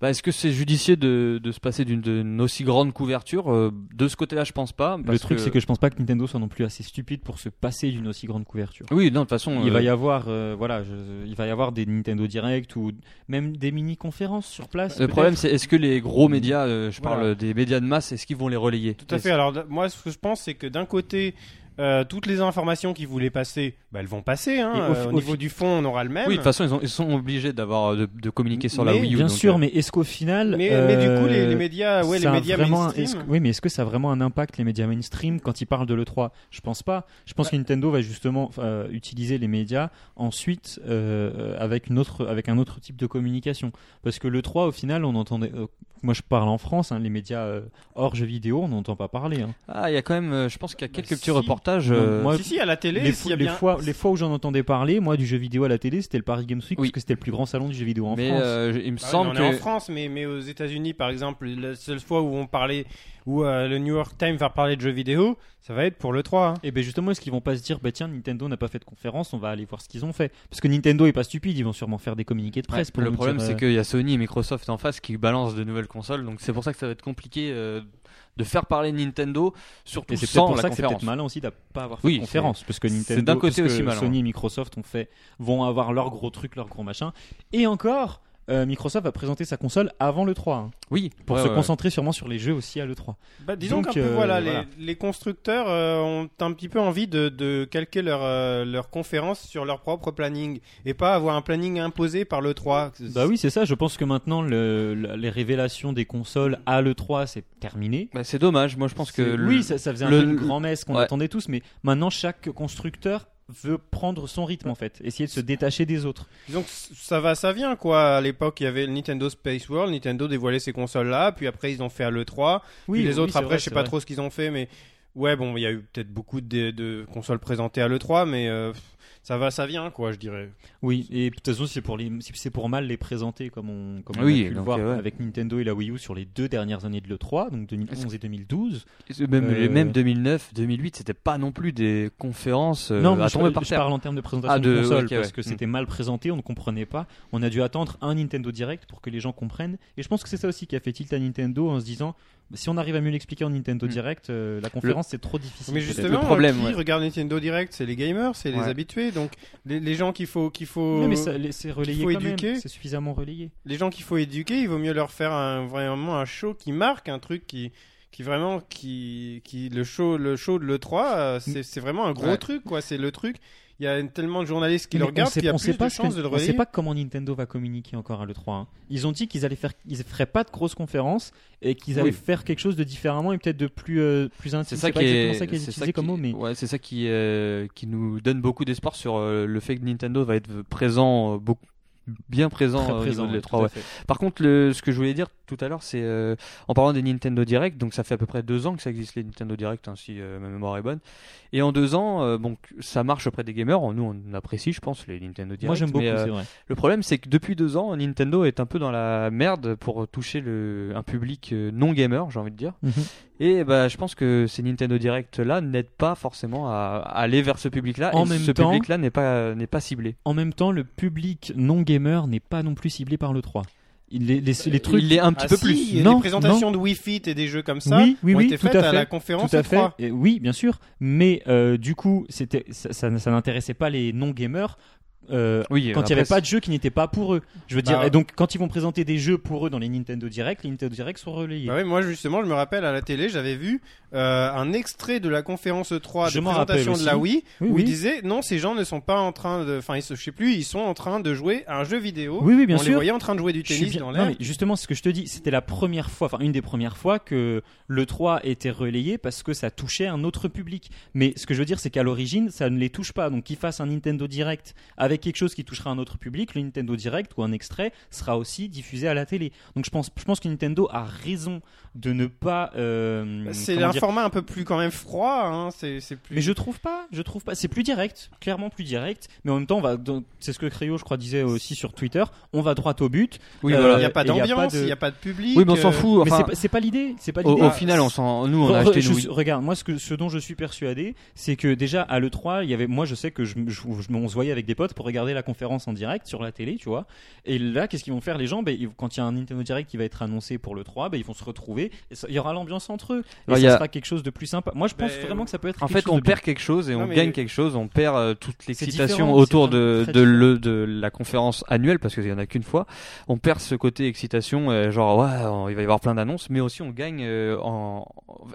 Speaker 5: Bah, Est-ce que c'est judicieux de, de se passer d'une- d'une aussi grande couverture Euh, De ce côté-là, je pense pas.
Speaker 4: le
Speaker 5: parce
Speaker 4: truc c'est que je pense pas que Nintendo soit non plus assez stupide pour se passer d'une aussi grande couverture
Speaker 5: Oui, non, de toute façon.
Speaker 4: il
Speaker 5: euh,
Speaker 4: va y avoir euh, voilà je- il va y avoir des Nintendo Direct ou même des mini conférences sur place
Speaker 5: Le
Speaker 4: peut-être.
Speaker 5: problème, c'est est-ce que les
Speaker 4: Mm.
Speaker 5: gros médias, euh, je
Speaker 6: Voilà.
Speaker 5: parle euh, des médias de masse, est-ce qu'ils vont les relayer
Speaker 6: Tout à fait. Alors, d- moi, ce que je pense, c'est que d'un côté, euh, toutes les informations qu'ils voulaient passer, bah, elles vont passer. hein.
Speaker 4: Et au
Speaker 6: Euh,
Speaker 4: fi-
Speaker 6: au,
Speaker 4: au
Speaker 6: niveau
Speaker 4: fi-
Speaker 6: du fond, on aura le même.
Speaker 5: Oui, de toute façon, ils, ont- ils sont obligés d'avoir euh, de, de communiquer sur la
Speaker 6: Mais-
Speaker 5: Wii U.
Speaker 4: bien
Speaker 5: donc,
Speaker 4: sûr
Speaker 5: euh,
Speaker 4: mais est-ce qu'au final
Speaker 6: mais, mais du coup, les,
Speaker 4: euh,
Speaker 6: les médias, Ah ouais, les
Speaker 4: ça a
Speaker 6: médias
Speaker 4: vraiment un-
Speaker 6: mainstream.
Speaker 4: est-ce que- oui, mais est-ce que ça a vraiment un impact les médias mainstream quand ils parlent de l'E3 Je pense pas. Je
Speaker 6: Bah
Speaker 4: pense que Nintendo va justement euh, utiliser les médias ensuite euh, avec, une autre, avec un autre type de communication. Parce que l'E3, au final, on entendait. euh, moi, je parle en France, hein, les médias euh, hors jeux vidéo, on n'entend pas parler. hein.
Speaker 5: Ah, il y a quand même, euh, je pense qu'il y a quelques
Speaker 6: si.
Speaker 5: petits reportages.
Speaker 4: Non,
Speaker 5: euh,
Speaker 4: Bah, moi,
Speaker 6: Si, si, à la télé,
Speaker 4: les,
Speaker 6: s'il
Speaker 4: fo-
Speaker 6: y a
Speaker 4: les
Speaker 6: bien-
Speaker 4: fois, les fois où j'en entendais parler, moi, du jeu vidéo à la télé, c'était le Paris Games Week,
Speaker 5: Oui.
Speaker 4: parce que c'était le plus grand salon du jeu vidéo en
Speaker 5: mais
Speaker 4: France.
Speaker 5: euh, il me
Speaker 6: Bah ouais,
Speaker 5: semble
Speaker 6: mais
Speaker 5: que.
Speaker 6: on est en France, mais, mais aux États-Unis, par exemple, la seule fois où on parlait, où euh, le New York Times va parler de jeux vidéo, ça va être pour le 3. hein.
Speaker 4: Et bien justement, est-ce qu'ils vont pas se dire, bah tiens, Nintendo n'a pas fait de conférence, on va aller voir ce qu'ils ont fait Parce que Nintendo est pas stupide, ils vont sûrement faire des communiqués de presse.
Speaker 5: Ouais,
Speaker 4: pour
Speaker 5: le
Speaker 4: nous
Speaker 5: problème,
Speaker 4: dire,
Speaker 5: c'est
Speaker 4: euh,
Speaker 5: qu'il y a Sony et Microsoft en face qui balancent de nouvelles consoles, donc c'est pour ça que ça va être compliqué euh, de faire parler Nintendo, surtout
Speaker 4: Et c'est peut-être
Speaker 5: sans
Speaker 4: pour
Speaker 5: la
Speaker 4: ça que c'est
Speaker 5: conférence.
Speaker 4: peut-être malin aussi de pas avoir fait
Speaker 5: Oui,
Speaker 4: de conférence, parce que
Speaker 5: c'est
Speaker 4: Nintendo,
Speaker 5: d'un côté
Speaker 4: parce que
Speaker 5: aussi malin.
Speaker 4: Sony et Microsoft ont fait, vont avoir leur gros truc, leur gros machin. Et encore, euh, Microsoft va présenter sa console avant le 3 hein,
Speaker 5: oui,
Speaker 4: pour
Speaker 5: ouais,
Speaker 4: se
Speaker 5: ouais.
Speaker 4: concentrer sûrement sur les jeux aussi à le 3.
Speaker 6: Bah, disons
Speaker 4: Donc,
Speaker 6: qu'un peu,
Speaker 4: euh,
Speaker 6: voilà,
Speaker 4: voilà.
Speaker 6: Les, les constructeurs euh, ont un petit peu envie de, de calquer leur, euh, leur conférence sur leur propre planning et pas avoir un planning imposé par le 3.
Speaker 4: Bah oui, c'est ça. Je pense que maintenant le- le- les révélations des consoles à le 3 c'est terminé.
Speaker 5: Bah, c'est dommage. Moi, je pense que
Speaker 4: C'est-
Speaker 5: le-
Speaker 4: oui, ça, ça faisait un
Speaker 5: le-
Speaker 4: peu une grand-messe qu'on
Speaker 5: ouais.
Speaker 4: attendait tous, mais maintenant chaque constructeur veut prendre son rythme en fait, essayer de se détacher des autres.
Speaker 6: Donc ça va, ça vient quoi. À l'époque, il y avait le Nintendo Space World, Nintendo dévoilait ces consoles-là, puis après ils ont fait à l'E3,
Speaker 4: Oui,
Speaker 6: puis les
Speaker 4: oui,
Speaker 6: autres
Speaker 4: c'est
Speaker 6: après,
Speaker 4: vrai,
Speaker 6: je sais
Speaker 4: c'est
Speaker 6: pas
Speaker 4: vrai.
Speaker 6: trop ce qu'ils ont fait, mais ouais, bon, il y a eu peut-être beaucoup de, de consoles présentées à l'E3, mais euh, ça va, ça vient quoi, je dirais.
Speaker 4: Oui, et de toute façon, c'est pour, les, c'est- c'est pour mal les présenter, comme on, comme on
Speaker 5: Oui,
Speaker 4: a pu le
Speaker 5: donc,
Speaker 4: voir
Speaker 5: euh, ouais.
Speaker 4: avec Nintendo et la Wii U sur les deux dernières années de l'E3, donc 2011 et 2012.
Speaker 5: même,
Speaker 4: Euh,
Speaker 5: même 2009, 2008, c'était pas non plus des conférences euh,
Speaker 4: non, mais
Speaker 5: à
Speaker 4: je,
Speaker 5: tomber
Speaker 4: par
Speaker 5: par
Speaker 4: je
Speaker 5: terre.
Speaker 4: parle en termes de présentation
Speaker 5: Ah, de-
Speaker 4: de console,
Speaker 5: ok,
Speaker 4: parce
Speaker 5: ouais.
Speaker 4: que
Speaker 5: Mm.
Speaker 4: c'était mal présenté, on ne comprenait pas. On a dû attendre un Nintendo Direct pour que les gens comprennent. Et je pense que c'est ça aussi qui a fait tilt à Nintendo en se disant, bah, si on arrive à mieux l'expliquer en Nintendo
Speaker 5: Mm.
Speaker 4: Direct, euh, la conférence, c'est trop difficile.
Speaker 6: Mais
Speaker 4: peut-être.
Speaker 6: justement, euh,
Speaker 5: le problème,
Speaker 6: qui
Speaker 5: ouais.
Speaker 6: regarde Nintendo Direct, c'est les gamers, c'est les
Speaker 5: Ouais.
Speaker 6: habitués, donc les, les gens qu'il faut, qu'il faut,
Speaker 4: Non, mais ça, les- c'est relayé
Speaker 6: faut
Speaker 4: quand même,
Speaker 6: éduquer.
Speaker 4: c'est suffisamment relayé.
Speaker 6: les gens qu'il faut éduquer, il vaut mieux leur faire un, vraiment un show qui marque, un truc qui, qui vraiment, qui, qui le show, le show de le 3,
Speaker 4: Mm.
Speaker 6: euh, c'est, c'est vraiment un gros
Speaker 5: Ouais.
Speaker 6: truc, quoi. C'est le truc. Il y a tellement de journalistes qui
Speaker 4: Mais
Speaker 6: le
Speaker 4: on
Speaker 6: regardent,
Speaker 4: sait-
Speaker 6: qu'il y a
Speaker 4: on
Speaker 6: plus
Speaker 4: sait
Speaker 6: de
Speaker 4: pas ce que-
Speaker 6: chances de le
Speaker 4: On
Speaker 6: relayer.
Speaker 4: sait pas comment Nintendo va communiquer encore à l'E3. hein. Ils ont dit qu'ils allaient faire, ils feraient pas de grosses conférences et qu'ils allaient
Speaker 5: Oui.
Speaker 4: faire quelque chose de différemment et peut-être de plus, euh, plus intime.
Speaker 5: C'est ça
Speaker 4: pas
Speaker 5: qui est,
Speaker 4: exactement ça qu'ils
Speaker 5: c'est
Speaker 4: utilisaient comme
Speaker 5: qui-
Speaker 4: mot, mais
Speaker 5: ouais, c'est ça qui euh, qui nous donne beaucoup d'espoir sur euh, le fait que Nintendo va être présent, euh, beaucoup, bien présent,
Speaker 4: très
Speaker 5: euh, au
Speaker 4: présent.
Speaker 5: niveau de
Speaker 4: ouais,
Speaker 5: les
Speaker 4: tout
Speaker 5: trois.
Speaker 4: à
Speaker 5: ouais.
Speaker 4: fait.
Speaker 5: Par contre, le- ce que je voulais dire tout à l'heure, c'est euh, en parlant des Nintendo Direct, donc ça fait à peu près deux ans que ça existe les Nintendo Direct, hein, si euh, ma mémoire est bonne. Et en deux ans, euh, bon, ça marche auprès des gamers. Nous, on apprécie, je pense, les Nintendo Direct.
Speaker 4: Moi j'aime beaucoup,
Speaker 5: mais, euh,
Speaker 4: c'est vrai.
Speaker 5: le problème, c'est que depuis deux ans, Nintendo est un peu dans la merde pour toucher le, un public euh, non gamer, j'ai envie de dire.
Speaker 4: Mhm.
Speaker 5: Et bah, je pense que ces Nintendo Direct là n'aident pas forcément à, à aller vers ce public-là.
Speaker 4: En
Speaker 5: et
Speaker 4: même
Speaker 5: ce
Speaker 4: temps-
Speaker 5: public-là n'est pas n'est pas ciblé.
Speaker 4: En même temps, le public non gamer n'est pas non plus ciblé par l'E3. Il- Les, les, les trucs.
Speaker 5: Il est un petit
Speaker 6: Ah
Speaker 5: peu
Speaker 6: si,
Speaker 5: plus.
Speaker 6: les
Speaker 4: Non,
Speaker 6: présentations de Wii Fit et des jeux comme ça
Speaker 4: Oui, oui,
Speaker 6: ont
Speaker 4: oui,
Speaker 6: été
Speaker 4: tout
Speaker 6: faites
Speaker 4: à
Speaker 6: à, la
Speaker 4: fait.
Speaker 6: conférence
Speaker 4: Tout à fait.
Speaker 6: E3.
Speaker 4: Et oui, bien sûr. Mais euh, du coup, c'était, ça, ça- ça n'intéressait pas les non gamers. euh,
Speaker 5: Oui.
Speaker 4: quand il n'y avait pas de jeux qui n'étaient pas pour eux. Je veux
Speaker 6: Bah,
Speaker 4: dire,
Speaker 6: ouais.
Speaker 4: et donc quand ils vont présenter des jeux pour eux dans les Nintendo Direct, les Nintendo Direct sont relayés.
Speaker 6: Bah oui, moi justement, je me rappelle à la télé, j'avais vu euh, un extrait de la conférence 3
Speaker 4: Je
Speaker 6: de
Speaker 4: m'en rappelle
Speaker 6: présentation de la Wii
Speaker 4: Oui,
Speaker 6: où
Speaker 4: oui.
Speaker 6: il disait non, ces gens ne sont pas en train de, enfin, ils se, je sais plus, ils sont en train de jouer à un jeu vidéo.
Speaker 4: Oui, oui, bien
Speaker 6: on les
Speaker 4: sûr.
Speaker 6: voyait en train de jouer du
Speaker 4: Je suis
Speaker 6: tennis
Speaker 4: bien-
Speaker 6: dans
Speaker 4: Non,
Speaker 6: l'air.
Speaker 4: mais justement, c'est ce que je te dis, c'était la première fois, enfin une des premières fois que le 3 était relayé parce que ça touchait un autre public. Mais ce que je veux dire, c'est qu'à l'origine, ça ne les touche pas. Donc qu'ils fassent un Nintendo Direct avec avec quelque chose qui touchera un autre public, le Nintendo Direct ou un extrait sera aussi diffusé à la télé. Donc je pense, je pense que Nintendo a raison de ne pas. euh,
Speaker 5: Bah,
Speaker 6: C'est
Speaker 4: comment
Speaker 6: un
Speaker 4: dire-
Speaker 6: format un peu plus quand même froid. hein, C'est c'est plus.
Speaker 4: mais je trouve pas, je trouve pas. C'est plus direct, clairement plus direct. Mais en même temps, on va, donc, c'est ce que Créo, je crois, disait aussi sur Twitter. On va droit au but.
Speaker 5: Oui,
Speaker 4: Euh,
Speaker 5: voilà.
Speaker 6: il n'y a pas
Speaker 4: et il y a pas
Speaker 6: d'ambiance,
Speaker 4: de-
Speaker 6: il n'y a pas de public.
Speaker 5: Oui, mais on
Speaker 6: euh,
Speaker 5: s'en fout.
Speaker 4: mais
Speaker 5: enfin,
Speaker 4: c'est pas- c'est pas l'idée, c'est pas
Speaker 5: au,
Speaker 4: l'idée.
Speaker 5: au final, on s'en, nous, on a
Speaker 4: Re-
Speaker 5: acheté
Speaker 4: je
Speaker 5: nos
Speaker 4: suis-
Speaker 5: Wii.
Speaker 4: regarde, moi, ce, que, ce dont je suis persuadé, c'est que déjà à l'E3, il y avait, moi, je sais que je, je- je- on se voyait avec des potes pour regarder la conférence en direct sur la télé, tu vois. Et là, qu'est-ce qu'ils vont faire les gens ben, ils- Quand il y a un Nintendo Direct qui va être annoncé pour l'E3, ben, ils vont se retrouver. et ça- il y aura l'ambiance entre eux. Et
Speaker 5: Alors, il y
Speaker 4: ça
Speaker 5: a-
Speaker 4: sera quelque chose de plus sympa. Moi, je pense
Speaker 6: Ben,
Speaker 4: vraiment que ça peut être.
Speaker 5: En
Speaker 4: quelque
Speaker 5: fait,
Speaker 4: chose
Speaker 5: on
Speaker 4: de bien.
Speaker 5: perd quelque chose et
Speaker 6: Non,
Speaker 5: on
Speaker 6: mais-
Speaker 5: gagne quelque chose. On perd euh, toute
Speaker 4: différent,
Speaker 5: l'excitation autour
Speaker 4: c'est
Speaker 5: de,
Speaker 4: vraiment
Speaker 5: de,
Speaker 4: très
Speaker 5: le, de la conférence annuelle, parce qu'il n'y en a qu'une fois. On perd ce côté excitation, euh, genre, ouais, on- il va y avoir plein d'annonces, mais aussi on gagne euh, en.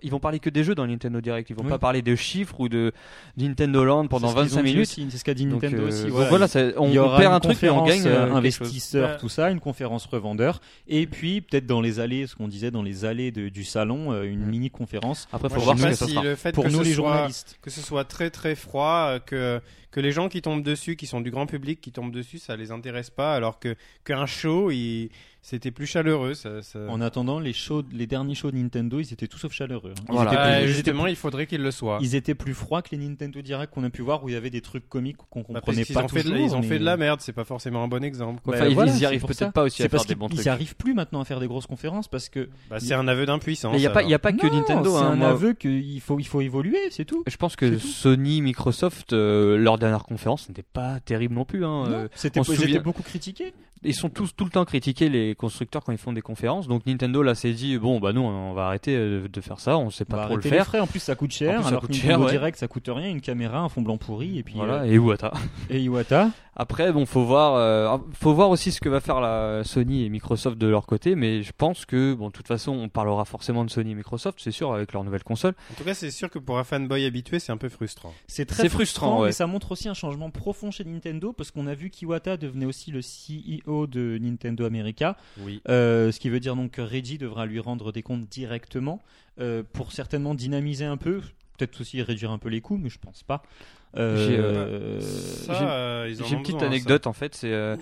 Speaker 5: Ils vont parler que des jeux dans Nintendo Direct. Ils vont
Speaker 4: Oui.
Speaker 5: pas parler de chiffres ou de Nintendo Land pendant
Speaker 4: C'est ce qu'ils ont
Speaker 5: 25
Speaker 4: dit
Speaker 5: minutes.
Speaker 4: aussi, C'est ce qu'a dit
Speaker 5: Donc,
Speaker 4: Nintendo
Speaker 5: euh,
Speaker 4: aussi.
Speaker 5: donc
Speaker 4: voilà,
Speaker 5: voilà, ça- on,
Speaker 4: il y
Speaker 5: on
Speaker 4: aura
Speaker 5: perd
Speaker 4: une
Speaker 5: un truc et on
Speaker 4: conférence,
Speaker 5: gagne
Speaker 4: euh,
Speaker 5: euh, quelque chose.
Speaker 4: investisseur,
Speaker 6: Ouais.
Speaker 4: tout ça, une conférence revendeur, et puis peut-être dans les allées, ce qu'on disait dans les allées de- du salon, euh, une
Speaker 5: Mm.
Speaker 4: mini conférence
Speaker 5: Après,
Speaker 6: Moi,
Speaker 5: faut
Speaker 6: je
Speaker 5: voir
Speaker 6: sais
Speaker 5: ce
Speaker 6: pas
Speaker 5: que ça
Speaker 6: si
Speaker 5: sera.
Speaker 6: le fait
Speaker 4: pour
Speaker 6: que
Speaker 4: nous
Speaker 6: ce
Speaker 4: les
Speaker 6: soit-
Speaker 4: journalistes.
Speaker 6: que ce soit très très froid, euh, que, que les gens qui tombent dessus, qui sont du grand public, qui tombent dessus, ça les intéresse pas, alors que qu'un show, il- c'était plus chaleureux. Ça, ça-
Speaker 4: En attendant, les shows, les derniers shows de Nintendo, ils étaient tous sauf chaleureux. hein. Ils,
Speaker 5: Voilà. euh,
Speaker 4: étaient,
Speaker 6: Ouais,
Speaker 4: plus, ils étaient-
Speaker 6: euh, justement, il faudrait qu'il le soit.
Speaker 4: ils étaient plus froids que les Nintendo Direct qu'on a pu voir où il y avait des trucs comiques qu'on
Speaker 6: Bah,
Speaker 4: comprenait
Speaker 6: parce qu'ils
Speaker 4: pas
Speaker 6: ont fait de,
Speaker 4: toujours.
Speaker 6: ils ont fait de la
Speaker 4: mais-
Speaker 6: merde, c'est pas forcément un bon exemple. quoi.
Speaker 5: Enfin,
Speaker 4: Bah,
Speaker 5: ils-
Speaker 4: voilà,
Speaker 5: ils
Speaker 4: c'est
Speaker 5: y arrivent
Speaker 4: pour
Speaker 5: peut-être
Speaker 4: ça.
Speaker 5: pas aussi
Speaker 4: C'est
Speaker 5: à faire
Speaker 4: parce
Speaker 5: des
Speaker 4: qu'ils
Speaker 5: bons
Speaker 4: ils
Speaker 5: trucs.
Speaker 4: y arrivent plus maintenant à faire des grosses conférences parce que
Speaker 6: Bah, c'est un aveu d'impuissance.
Speaker 5: Mais il n'y a pas,
Speaker 6: alors.
Speaker 5: il y a pas que
Speaker 4: Non,
Speaker 5: Nintendo.
Speaker 4: C'est
Speaker 5: hein,
Speaker 4: un
Speaker 5: moi.
Speaker 4: aveu qu'il faut, il faut évoluer, c'est tout.
Speaker 5: Je pense
Speaker 4: C'est
Speaker 5: que
Speaker 4: tout.
Speaker 5: Sony, Microsoft, euh, leur dernière conférence n'était pas terrible non plus. Hein.
Speaker 4: Non,
Speaker 5: Euh,
Speaker 4: C'était
Speaker 5: on se
Speaker 4: ils étaient
Speaker 5: souvient-
Speaker 4: beaucoup critiqués.
Speaker 5: Ils sont tous tout le temps critiqués les constructeurs quand ils font des conférences. Donc Nintendo là s'est dit bon bah nous on va arrêter euh, de faire ça, on sait
Speaker 4: On va
Speaker 5: pas trop le
Speaker 4: arrêter Bah, les
Speaker 5: faire.
Speaker 4: frais. En plus, ça coûte cher.
Speaker 5: En plus, ça
Speaker 4: alors
Speaker 5: coûte
Speaker 4: que
Speaker 5: cher,
Speaker 4: Nintendo
Speaker 5: ouais.
Speaker 4: Direct, ça coûte rien. Une caméra, un fond blanc pourri, et puis
Speaker 5: Voilà
Speaker 4: euh,
Speaker 5: et où attends.
Speaker 4: et Iwata.
Speaker 5: Après, bon, faut voir, euh, faut voir aussi ce que va faire la Sony et Microsoft de leur côté, mais je pense que, bon, de toute façon, on parlera forcément de Sony et Microsoft, c'est sûr, avec leur nouvelle console.
Speaker 6: En tout cas, c'est sûr que pour un fanboy habitué, c'est un peu frustrant.
Speaker 4: C'est très
Speaker 5: C'est
Speaker 4: frustrant,
Speaker 5: frustrant, ouais.
Speaker 4: mais ça montre aussi un changement profond chez Nintendo parce qu'on a vu qu'Iwata devenait aussi le CEO de Nintendo America,
Speaker 6: Oui.
Speaker 4: euh, ce qui veut dire donc que Reggie devra lui rendre des comptes directement euh, pour certainement dynamiser un peu, peut-être aussi réduire un peu les coûts, mais je pense pas. Euh,
Speaker 5: J'ai, j'ai-
Speaker 6: Ça, euh, ils en
Speaker 5: J'ai
Speaker 6: ont
Speaker 5: une petite
Speaker 6: besoin, ça.
Speaker 5: anecdote en fait, c'est euh,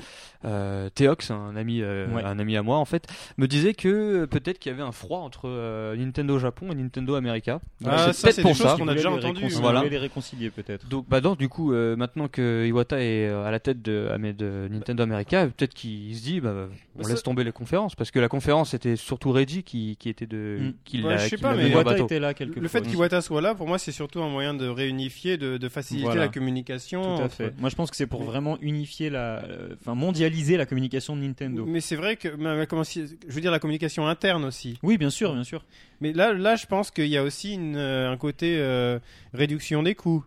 Speaker 5: euh, Théox, un ami, euh,
Speaker 4: Ouais.
Speaker 5: un ami à moi en fait, me disait que euh, peut-être qu'il y avait un froid entre euh, Nintendo Japon et Nintendo America. Donc,
Speaker 6: Ah,
Speaker 5: c'est
Speaker 6: ça,
Speaker 5: peut-être
Speaker 6: c'est
Speaker 5: pour
Speaker 6: des
Speaker 5: ça.
Speaker 6: choses qu'on a déjà entendu,
Speaker 4: On
Speaker 5: voilà.
Speaker 4: les réconcilier peut-être.
Speaker 5: Donc, bah donc, du coup, euh, maintenant que Iwata est euh, à la tête de, à- mais de Nintendo America, peut-être qu'il se dit, bah, on
Speaker 6: Bah, ça-
Speaker 5: laisse tomber les conférences, parce que la conférence était surtout Reggie qui, qui était de,
Speaker 4: Mm.
Speaker 5: qui
Speaker 6: Hmm. Ouais,
Speaker 5: l'a,
Speaker 6: je sais
Speaker 5: qui
Speaker 6: pas,
Speaker 5: l'a
Speaker 6: Ah, mais
Speaker 5: mené en
Speaker 4: Iwata
Speaker 5: bateau.
Speaker 4: était là quelque
Speaker 6: Le fait qu'Iwata soit là, pour moi, c'est surtout un moyen de réunifier, de, de faciliter
Speaker 4: Voilà.
Speaker 6: la communication.
Speaker 4: Tout à
Speaker 6: entre-
Speaker 4: fait. Moi, je pense que c'est pour vraiment unifier la, euh, enfin mondialiser la communication de Nintendo.
Speaker 6: Mais c'est vrai que, mais- mais comment si- je veux dire, la communication interne aussi.
Speaker 4: Oui, bien sûr, bien sûr.
Speaker 6: Mais là, là je pense qu'il y a aussi une, euh, un côté euh, réduction des coûts.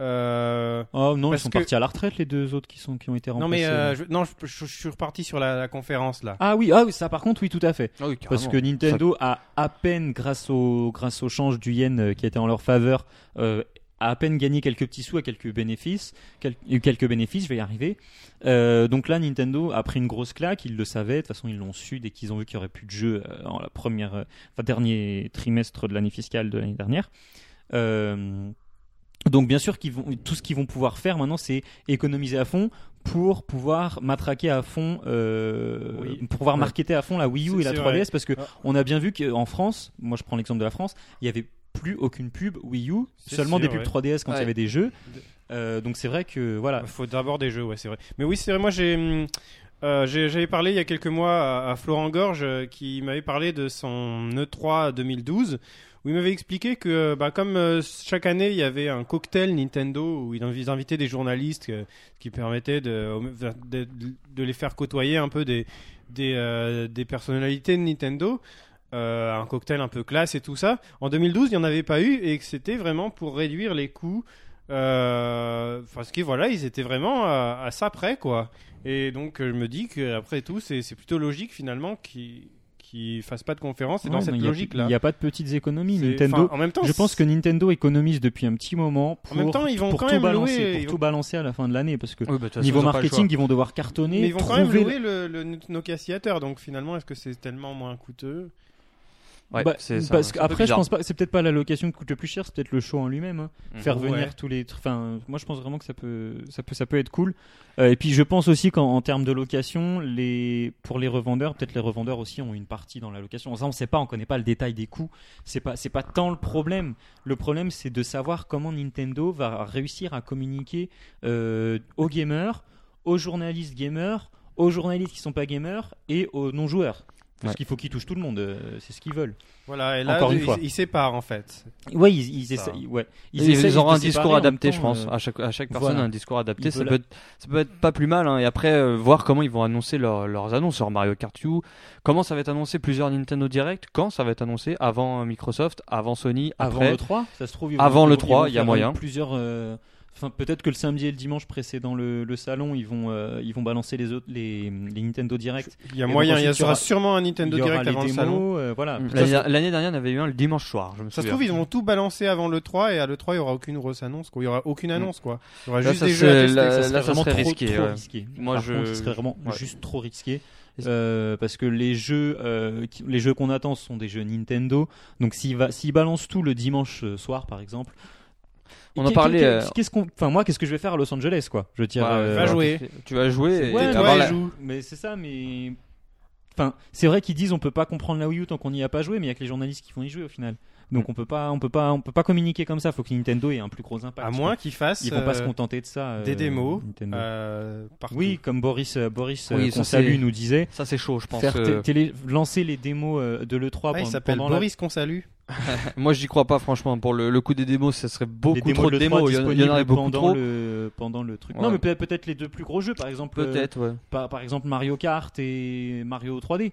Speaker 6: Euh,
Speaker 4: Oh non,
Speaker 6: Parce
Speaker 4: ils sont
Speaker 6: que-
Speaker 4: partis à la retraite les deux autres qui sont qui ont été
Speaker 6: non,
Speaker 4: remplacés.
Speaker 6: mais euh, je, non, je, je- je suis reparti sur la, la conférence là.
Speaker 4: Ah oui, ah oui, ça par contre, oui, tout à fait.
Speaker 5: Ah oui,
Speaker 4: Parce
Speaker 5: carrément.
Speaker 4: que Nintendo a à peine, grâce au, grâce au change du yen euh, qui était en leur faveur, euh, a à peine gagné quelques petits sous à quelques bénéfices. quel- eu quelques bénéfices, je vais y arriver. Euh, donc là, Nintendo a pris une grosse claque, ils le savaient, de toute façon, ils l'ont su dès qu'ils ont vu qu'il n'y aurait plus de jeu euh, en la première, euh, enfin, dernier trimestre de l'année fiscale de l'année dernière. Euh, donc bien sûr qu'ils vont tout ce qu'ils vont pouvoir faire maintenant c'est économiser à fond pour pouvoir matraquer à fond euh,
Speaker 6: Oui.
Speaker 4: pour pouvoir
Speaker 6: Ouais.
Speaker 4: marketer à fond la Wii U
Speaker 6: C'est-
Speaker 4: et la
Speaker 6: c'est
Speaker 4: 3DS
Speaker 6: vrai.
Speaker 4: parce que
Speaker 6: Ah.
Speaker 4: on a bien vu qu'en France, moi je prends l'exemple de la France, il y avait plus aucune pub Wii U,
Speaker 6: C'est
Speaker 4: seulement
Speaker 6: sûr,
Speaker 4: des pubs
Speaker 6: ouais.
Speaker 4: 3DS quand il
Speaker 5: Ouais.
Speaker 4: y avait des jeux. Euh, donc c'est vrai que voilà,
Speaker 6: Il faut d'abord des jeux, ouais, c'est vrai. Mais oui, c'est vrai, moi j'ai. hum, euh, j'ai- J'avais parlé il y a quelques mois à, à Florent Gorge euh, qui m'avait parlé de son E E3 2012 où il m'avait expliqué que bah, comme euh, chaque année il y avait un cocktail Nintendo où ils invi- ils invitaient des journalistes euh, qui permettaient de, de, de les faire côtoyer un peu des, des, euh, des personnalités de Nintendo, euh, un cocktail un peu classe et tout ça. En 2012 il n'y en avait pas eu et que c'était vraiment pour réduire les coûts euh, parce que voilà, ils étaient vraiment à, à ça près, quoi. Et donc, euh, je me dis qu'après tout, c'est c'est plutôt logique finalement qu'ils qu'ils fassent pas de conférence. Et dans
Speaker 4: Ouais, non,
Speaker 6: cette
Speaker 4: il y a-
Speaker 6: logique-là,
Speaker 4: il n'y a pas de petites économies
Speaker 6: C'est-
Speaker 4: Nintendo.
Speaker 6: enfin, En même temps,
Speaker 4: je pense que Nintendo économise depuis un petit moment pour,
Speaker 6: En même temps, ils vont
Speaker 4: pour
Speaker 6: quand
Speaker 4: tout
Speaker 6: même
Speaker 4: balancer,
Speaker 6: louer-
Speaker 4: pour
Speaker 6: ils
Speaker 4: tout
Speaker 6: vont-
Speaker 4: balancer à la fin de l'année parce que
Speaker 5: Oui, bah, de toute façon,
Speaker 4: niveau
Speaker 5: ils ont pas le choix.
Speaker 4: marketing, ils vont devoir
Speaker 6: mais
Speaker 4: cartonner,
Speaker 6: ils vont quand même
Speaker 4: trouver
Speaker 6: louer le, le Nokia Theater. Donc finalement, est-ce que c'est tellement moins coûteux
Speaker 5: Ouais,
Speaker 4: Bah,
Speaker 5: c'est ça, hein.
Speaker 4: parce
Speaker 5: c'est un peu
Speaker 4: qu'après, je
Speaker 5: bizarre.
Speaker 4: pense pas. C'est peut-être pas la location qui coûte le plus cher, c'est peut-être le show en lui-même. hein.
Speaker 5: Mhm.
Speaker 4: Faire
Speaker 6: Ouais.
Speaker 4: venir tous les. tr- Enfin, moi, je pense vraiment que ça peut, ça peut, ça peut être cool. Euh, et puis, je pense aussi qu'en en termes de location, les pour les revendeurs, peut-être les revendeurs aussi ont une partie dans la location. Ça, on sait pas, on connaît pas le détail des coûts. C'est pas, c'est pas tant le problème. Le problème, c'est de savoir comment Nintendo va réussir à communiquer euh, aux gamers, aux journalistes gamers, aux journalistes qui sont pas gamers et aux non-joueurs. Parce
Speaker 5: Ouais.
Speaker 4: qu'il faut qu'ils touchent tout le monde. euh, c'est ce qu'ils veulent.
Speaker 6: Voilà, et là,
Speaker 4: Encore une
Speaker 6: ils-
Speaker 4: fois.
Speaker 6: ils séparent en fait.
Speaker 4: Ouais, ils, ils
Speaker 6: Ça.
Speaker 4: essayent. Ouais.
Speaker 5: Ils,
Speaker 4: essayent de
Speaker 5: auront un
Speaker 4: se séparer
Speaker 5: discours
Speaker 4: en
Speaker 5: adapté,
Speaker 4: même
Speaker 5: je
Speaker 4: temps,
Speaker 5: pense.
Speaker 4: euh,
Speaker 5: À chaque, à chaque personne
Speaker 4: voilà.
Speaker 5: a un discours adapté.
Speaker 4: Il
Speaker 5: Ça
Speaker 4: peut
Speaker 5: peut, être, ça peut être pas plus mal. hein. Et après, euh, voir comment ils vont annoncer leur- leurs annonces sur Mario Kart U, comment ça va être annoncé plusieurs Nintendo Direct, quand ça va être annoncé avant euh, Microsoft, avant Sony,
Speaker 4: avant
Speaker 5: après.
Speaker 4: le 3, ça se trouve. ils
Speaker 5: Avant
Speaker 4: ils
Speaker 5: le
Speaker 4: ils
Speaker 5: 3, il y a
Speaker 4: faire
Speaker 5: moyen.
Speaker 4: Plusieurs. euh, Enfin, peut-être que le samedi et le dimanche précédant le, le salon, ils vont, euh, ils vont balancer les, autres, les, les Nintendo Direct.
Speaker 6: Il y a
Speaker 4: Et
Speaker 6: moyen,
Speaker 4: donc
Speaker 6: il y
Speaker 4: ensuite, il y
Speaker 6: aura
Speaker 4: aura-
Speaker 6: sûrement un Nintendo
Speaker 4: il y aura
Speaker 6: Direct
Speaker 4: les
Speaker 6: avant le
Speaker 4: démos,
Speaker 6: salon.
Speaker 4: euh, voilà.
Speaker 5: Mm.
Speaker 4: Ça se-
Speaker 5: L'année l'année dernière, il y avait eu un le dimanche soir. Je me
Speaker 6: Ça se
Speaker 5: souviens.
Speaker 6: trouve, ils vont tout balancer avant le 3 et à le 3, il y aura aucune grosse annonce quoi. Il y aura aucune
Speaker 4: Mm.
Speaker 6: annonce quoi. Il y aura
Speaker 5: Là,
Speaker 6: juste
Speaker 5: ça,
Speaker 6: des jeux à
Speaker 5: c'est
Speaker 6: tester.
Speaker 5: la-
Speaker 6: ça
Speaker 5: la-
Speaker 6: serait
Speaker 5: là, ça
Speaker 6: vraiment
Speaker 4: vraiment
Speaker 5: serait
Speaker 4: trop,
Speaker 5: risqué,
Speaker 4: trop
Speaker 5: ouais.
Speaker 4: risqué.
Speaker 5: Moi,
Speaker 4: Par
Speaker 5: je-
Speaker 4: contre, ce serait vraiment
Speaker 5: ouais.
Speaker 4: juste trop risqué.
Speaker 5: Et-
Speaker 4: euh, parce que les jeux, euh, qui- les jeux qu'on attend sont des jeux Nintendo. Donc s'ils va- s'ils balancent tout le dimanche euh, soir, par exemple.
Speaker 5: On
Speaker 4: qu'est-
Speaker 5: en parlait,
Speaker 4: qu'est-
Speaker 5: euh,
Speaker 4: Qu'est-ce qu'on, enfin moi, qu'est-ce que je vais faire à Los Angeles, quoi Je veux dire,
Speaker 5: Ouais,
Speaker 4: euh,
Speaker 6: va jouer.
Speaker 5: Tu vas jouer.
Speaker 4: C'est-
Speaker 5: et
Speaker 4: ouais,
Speaker 5: avoir
Speaker 6: toi,
Speaker 5: la-
Speaker 6: il joue.
Speaker 4: Mais c'est ça, mais. Enfin, c'est vrai qu'ils disent on peut pas comprendre la Wii U tant qu'on n'y a pas joué, mais il y a que les journalistes qui vont y jouer au final. Donc on peut pas, on peut pas, on peut pas communiquer comme ça. Faut que Nintendo ait un plus gros impact.
Speaker 6: À moins qu'ils fassent
Speaker 4: ils vont pas
Speaker 6: euh,
Speaker 4: se contenter de ça.
Speaker 6: des
Speaker 4: euh,
Speaker 6: démos,
Speaker 4: Nintendo.
Speaker 6: euh, partout.
Speaker 4: oui, comme Boris, euh, Boris euh,
Speaker 5: Oui, ça,
Speaker 4: qu'on salue
Speaker 5: c'est-
Speaker 4: nous disait,
Speaker 5: Ça, c'est chaud, je pense.
Speaker 4: faire
Speaker 5: euh,
Speaker 4: té- télé- lancer les démos euh, de le 3
Speaker 6: Ah, il
Speaker 4: pendant,
Speaker 6: s'appelle
Speaker 4: pendant la-
Speaker 6: Boris qu'on salue.
Speaker 5: Moi, j'y crois pas, franchement. Pour le, le coup des démos, ça serait
Speaker 4: les
Speaker 5: beaucoup
Speaker 4: démos
Speaker 5: trop
Speaker 4: de
Speaker 5: de
Speaker 4: l'E3
Speaker 5: démos. Il y en- il y en aurait
Speaker 4: disponibles
Speaker 5: beaucoup
Speaker 4: pendant
Speaker 5: trop.
Speaker 4: le pendant le truc.
Speaker 5: Ouais.
Speaker 4: Non, mais peut- peut-être les deux plus gros jeux, par exemple. euh,
Speaker 5: Peut-être, ouais.
Speaker 4: par, par exemple Mario Kart et Mario 3D.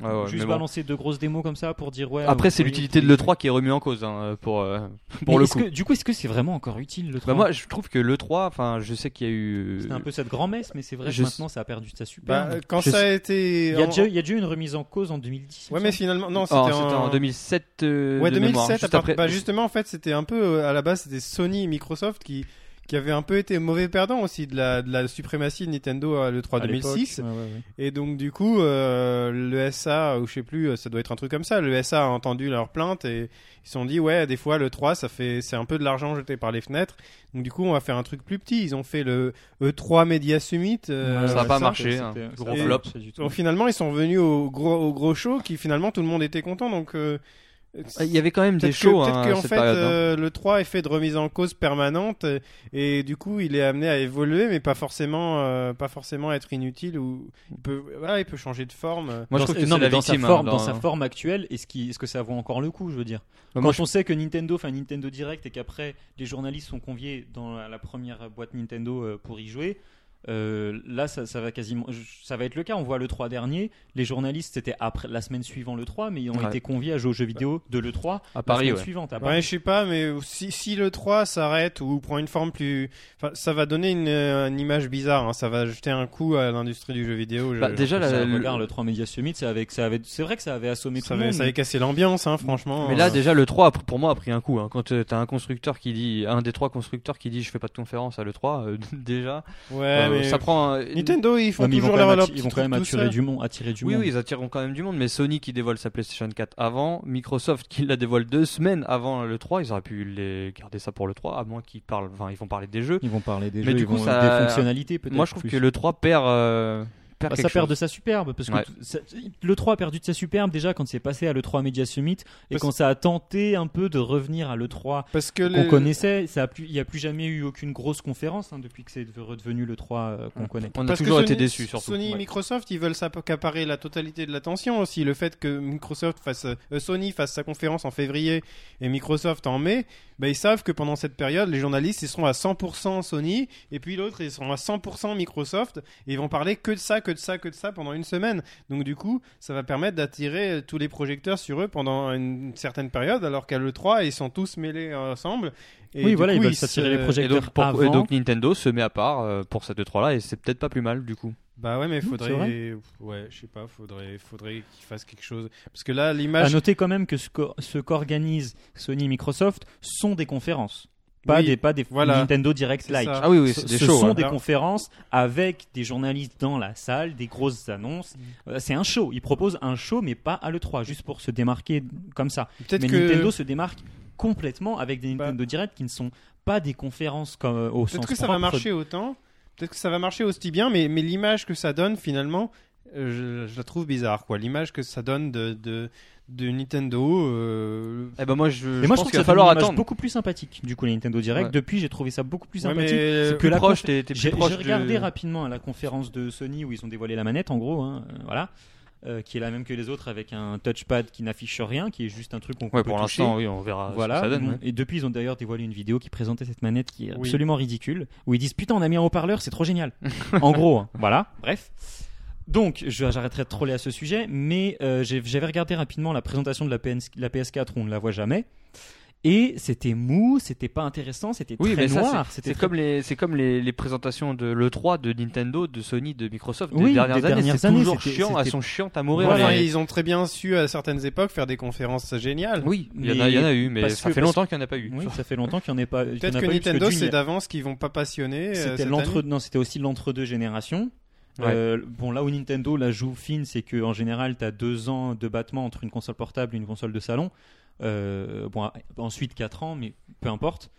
Speaker 5: Ouais, ouais,
Speaker 4: Juste
Speaker 5: mais bon.
Speaker 4: balancer deux grosses démos comme ça pour dire ouais.
Speaker 5: Après,
Speaker 4: vous
Speaker 5: c'est
Speaker 4: voyez,
Speaker 5: l'utilité de l'E3 qui est remise en cause hein, pour, euh, pour
Speaker 4: Mais
Speaker 5: le
Speaker 4: est-ce
Speaker 5: coup.
Speaker 4: que- du coup, est-ce que c'est vraiment encore utile le 3
Speaker 5: Bah, moi, je trouve que l'E3, enfin, je sais qu'il y a eu.
Speaker 4: C'était un peu cette grand-messe, mais c'est vrai
Speaker 5: je-
Speaker 4: que maintenant ça a perdu sa
Speaker 6: Bah,
Speaker 4: super.
Speaker 6: euh, quand
Speaker 5: Je
Speaker 6: ça
Speaker 5: sais-
Speaker 6: a été.
Speaker 4: il, y a
Speaker 6: en-
Speaker 4: déjà, il y a déjà eu une remise en cause en 2010. il
Speaker 6: Ouais,
Speaker 4: me
Speaker 6: mais
Speaker 4: semble.
Speaker 6: finalement, non,
Speaker 5: Oh,
Speaker 6: c'était
Speaker 5: c'était en 2007. euh,
Speaker 6: Ouais,
Speaker 5: de mémoire,
Speaker 6: 2007. à
Speaker 5: juste
Speaker 6: part-
Speaker 5: après.
Speaker 6: bah, justement, en fait, c'était un peu euh, à la base, c'était Sony et Microsoft qui qui avaient un peu été mauvais perdants aussi de la, de la suprématie de Nintendo euh, à l'E3
Speaker 4: À l'époque.
Speaker 6: 2006.
Speaker 4: Ouais, ouais, ouais.
Speaker 6: Et donc, du coup, euh, le SA, ou je sais plus, euh, ça doit être un truc comme ça, le SA a entendu leur plainte et ils se sont dit, ouais, des fois, le 3, ça fait, c'est un peu de l'argent jeté par les fenêtres. Donc, du coup, on va faire un truc plus petit. Ils ont fait le E3 Media Summit. euh,
Speaker 4: Ouais,
Speaker 5: ça a
Speaker 4: ouais,
Speaker 5: pas marché,
Speaker 4: c'était-
Speaker 5: hein.
Speaker 4: c'était-
Speaker 5: Gros
Speaker 4: c'était-
Speaker 5: flop.
Speaker 4: c'est du tout.
Speaker 6: donc, finalement, ils sont revenus au gros, au gros show qui, finalement, tout le monde était content. Donc, euh,
Speaker 5: Il y avait quand même des
Speaker 6: Peut-être que-
Speaker 5: shows
Speaker 6: peut-être
Speaker 5: hein,
Speaker 6: que,
Speaker 5: à
Speaker 6: en
Speaker 5: cette
Speaker 6: fait,
Speaker 5: période. hein.
Speaker 6: euh, le 3 est fait de remise en cause permanente euh, et du coup, il est amené à évoluer, mais pas forcément, euh, pas forcément à être inutile ou il peut, voilà, il peut changer de forme. euh.
Speaker 5: Moi, je
Speaker 4: Dans-
Speaker 5: trouve que
Speaker 4: euh, non,
Speaker 5: c'est la
Speaker 4: mais dans sa
Speaker 5: victime. hein,
Speaker 4: forme, dans
Speaker 5: dans-
Speaker 4: sa forme actuelle, est-ce qui- est-ce que ça vaut encore le coup, je veux dire
Speaker 5: Bah, moi,
Speaker 4: Quand
Speaker 5: je-
Speaker 4: on sait que Nintendo fait un Nintendo Direct et qu'après les journalistes sont conviés dans la, la première boîte Nintendo euh, pour y jouer, euh, là ça, ça va quasiment, je- ça va être le cas. On voit le 3 dernier, les journalistes c'était après la semaine suivante le 3, mais ils ont
Speaker 5: Ouais.
Speaker 4: été conviés à jouer aux jeux vidéo de le 3
Speaker 5: À Paris,
Speaker 4: la semaine
Speaker 5: ouais.
Speaker 4: suivante. à Paris.
Speaker 6: Ouais, je sais pas, mais si, si le 3 s'arrête ou prend une forme plus, enfin, ça va donner une, euh, une image bizarre. hein, ça va jeter un coup à l'industrie du jeu vidéo. je-
Speaker 5: Bah, déjà,
Speaker 4: Ça,
Speaker 5: la-
Speaker 4: regarde le 3 Media Summit, ça avait, ça avait, c'est vrai que ça avait assommé
Speaker 6: ça
Speaker 4: tout le
Speaker 6: avait,
Speaker 4: monde.
Speaker 6: ça avait cassé l'ambiance, hein, franchement.
Speaker 5: Mais là,
Speaker 6: Euh,
Speaker 5: déjà, le 3, a pris- pour moi, a pris un coup. hein. Quand euh, t'as un constructeur qui dit, un des trois constructeurs qui dit, je fais pas de conférence à l'E3, euh, déjà,
Speaker 6: ouais,
Speaker 5: euh,
Speaker 6: mais
Speaker 5: ça prend. un-
Speaker 6: Nintendo, ils font
Speaker 4: Ouais, mais ils vont
Speaker 6: toujours
Speaker 4: quand
Speaker 6: leur,
Speaker 4: même,
Speaker 6: leur
Speaker 4: atti-
Speaker 6: petit
Speaker 4: ils vont quand
Speaker 6: truc
Speaker 4: même
Speaker 6: tout
Speaker 4: attirer
Speaker 6: seul.
Speaker 4: du monde, attirer du
Speaker 5: Oui,
Speaker 4: monde.
Speaker 5: oui, ils attireront quand même du monde, mais Sony qui dévoile sa PlayStation 4 avant, Microsoft qui la dévoile deux semaines avant le 3, ils auraient pu les garder ça pour le 3, à moins qu'ils parlent, enfin, ils vont parler des jeux.
Speaker 4: Ils vont parler des
Speaker 5: Mais
Speaker 4: jeux,
Speaker 5: du
Speaker 4: ils
Speaker 5: coup,
Speaker 4: vont-
Speaker 5: ça-
Speaker 4: des fonctionnalités peut-être.
Speaker 5: Moi, je trouve
Speaker 4: plus.
Speaker 5: que le 3 perd, euh, perd
Speaker 4: Bah,
Speaker 5: quelque
Speaker 4: ça perd de
Speaker 5: chose.
Speaker 4: sa superbe parce que
Speaker 5: Ouais.
Speaker 4: tout- ça- le 3 a perdu de sa superbe déjà quand c'est passé à le 3 Media Summit et
Speaker 6: Parce-
Speaker 4: quand ça a tenté un peu de revenir à le 3
Speaker 6: Parce que
Speaker 4: qu'on
Speaker 6: les-
Speaker 4: connaissait, ça a plus il n'y a plus jamais eu aucune grosse conférence hein, depuis que c'est de- redevenu le 3 euh, qu'on connaît.
Speaker 5: On a
Speaker 6: Parce que
Speaker 5: toujours été
Speaker 6: Sony-
Speaker 5: déçus, surtout.
Speaker 6: Sony et
Speaker 5: Ouais.
Speaker 6: Microsoft, ils veulent s'accaparer la totalité de l'attention aussi. Le fait que Microsoft fasse, euh, Sony fasse sa conférence en février et Microsoft en mai, bah, ils savent que pendant cette période, les journalistes, ils seront à 100% Sony et puis l'autre, ils seront à 100% Microsoft et ils vont parler que de ça, que de ça, que de ça pendant une semaine. Donc, du coup, ça va permettre d'attirer euh, tous les projecteurs sur eux pendant une certaine période, alors qu'à l'E3, ils sont tous mêlés ensemble. Et
Speaker 4: oui,
Speaker 6: du
Speaker 4: voilà,
Speaker 6: coup,
Speaker 4: ils veulent
Speaker 6: se-
Speaker 4: s'attirer les
Speaker 5: Et
Speaker 4: projecteurs
Speaker 5: donc, pour-
Speaker 4: avant.
Speaker 5: et donc, Nintendo se met à part euh, pour cette 3 là et c'est peut-être pas plus mal du coup.
Speaker 6: Bah ouais, mais
Speaker 4: Hmm, c'est
Speaker 6: faudrait. Ouais, je sais pas, faudrait, faudrait qu'ils fassent quelque chose. Parce que là,
Speaker 4: à
Speaker 6: l'image.
Speaker 4: noter quand même que ce qu'o- ce qu'organisent Sony et Microsoft sont des conférences. Pas
Speaker 6: Oui,
Speaker 4: des, pas des
Speaker 6: voilà.
Speaker 4: Nintendo Direct
Speaker 6: C'est
Speaker 4: Like.
Speaker 6: ça.
Speaker 5: Ah oui, oui,
Speaker 4: Ce-
Speaker 5: c'est des
Speaker 4: ce
Speaker 5: shows.
Speaker 4: sont
Speaker 5: ouais.
Speaker 4: des
Speaker 6: Alors-
Speaker 4: conférences avec des journalistes dans la salle, des grosses annonces.
Speaker 6: Mm.
Speaker 4: Euh, c'est un show. Ils proposent un show, mais pas à l'E3, juste pour se démarquer comme ça.
Speaker 6: Peut-être
Speaker 4: Mais
Speaker 6: que
Speaker 4: Nintendo se démarque complètement avec des
Speaker 6: Bah.
Speaker 4: Nintendo Direct qui ne sont pas des conférences comme, euh, au sens
Speaker 6: Peut-être que ça
Speaker 4: propre.
Speaker 6: va marcher autant, peut-être que ça va marcher aussi bien, mais, mais l'image que ça donne finalement, euh, je, je la trouve bizarre, quoi. L'image que ça donne de, de, de Nintendo. euh,
Speaker 5: Eh ben moi, je,
Speaker 4: Mais
Speaker 5: je
Speaker 4: moi,
Speaker 5: pense
Speaker 4: je trouve
Speaker 5: qu'il
Speaker 4: que
Speaker 5: va falloir
Speaker 4: c'est une image
Speaker 5: attendre.
Speaker 4: beaucoup plus sympathique. Du coup, les Nintendo Direct,
Speaker 5: Ouais.
Speaker 4: depuis, j'ai trouvé ça beaucoup plus
Speaker 6: ouais,
Speaker 4: sympathique.
Speaker 6: mais-
Speaker 4: c'est que
Speaker 5: Plus
Speaker 4: la
Speaker 5: proche,
Speaker 4: conf-
Speaker 5: t'es t'es plus
Speaker 4: J'ai
Speaker 5: proche.
Speaker 4: j'ai regardé
Speaker 5: de-
Speaker 4: rapidement à la conférence de Sony où ils ont dévoilé la manette, en gros, hein, euh, voilà, euh, qui est la même que les autres avec un touchpad qui n'affiche rien, qui est juste un truc qu'on
Speaker 5: Ouais,
Speaker 4: peut
Speaker 5: pour
Speaker 4: toucher.
Speaker 5: l'instant, oui, on verra
Speaker 4: Voilà.
Speaker 5: ce Ah, que ça donne.
Speaker 4: Bon,
Speaker 5: ouais.
Speaker 4: Et depuis, ils ont d'ailleurs dévoilé une vidéo qui présentait cette manette qui est
Speaker 6: Oui.
Speaker 4: absolument ridicule, où ils disent putain, on a mis un haut-parleur, c'est trop génial. en gros, hein. voilà. Bref. Donc, je- j'arrêterai de troller à ce sujet, mais euh, j'ai- j'avais regardé rapidement la présentation de la, PN la PS4, on ne la voit jamais. Et c'était mou, c'était pas intéressant, c'était
Speaker 5: Oui,
Speaker 4: très
Speaker 5: mais ça,
Speaker 4: noir.
Speaker 5: c'est-
Speaker 4: c'était
Speaker 5: c'est
Speaker 4: très-
Speaker 5: comme les, c'est comme les, les présentations de l'E3, de Nintendo, de Sony, de Microsoft des
Speaker 4: Oui,
Speaker 5: dernières
Speaker 4: des
Speaker 5: années.
Speaker 4: dernières
Speaker 5: c'est
Speaker 4: années,
Speaker 5: toujours
Speaker 4: c'était-
Speaker 5: chiant, elles
Speaker 4: c'était-
Speaker 5: sont chiantes à mourir.
Speaker 6: Voilà,
Speaker 5: mais-
Speaker 6: ils ont très bien su à certaines époques faire des conférences géniales.
Speaker 5: Oui, il y, en a-
Speaker 4: mais-
Speaker 5: il y en a eu, mais
Speaker 4: parce
Speaker 5: ça
Speaker 4: que-
Speaker 5: fait
Speaker 4: parce-
Speaker 5: longtemps qu'il n'y en a pas eu.
Speaker 4: Oui, ça fait longtemps qu'il n'y en ait pas. qu'il y en
Speaker 6: Peut-être
Speaker 4: a
Speaker 6: que
Speaker 4: pas eu, parce
Speaker 6: Nintendo,
Speaker 4: d'une,
Speaker 6: c'est d'avance qu'ils vont pas passionner. euh,
Speaker 4: C'était
Speaker 6: cette
Speaker 4: l'entre,
Speaker 6: année.
Speaker 4: non, c'était aussi l'entre-deux génération.
Speaker 5: Ouais.
Speaker 4: bon, là où Nintendo la joue fine, c'est que en général, tu as deux ans de battement entre une console portable et une console de salon. Euh, bon, ensuite quatre ans, mais peu importe.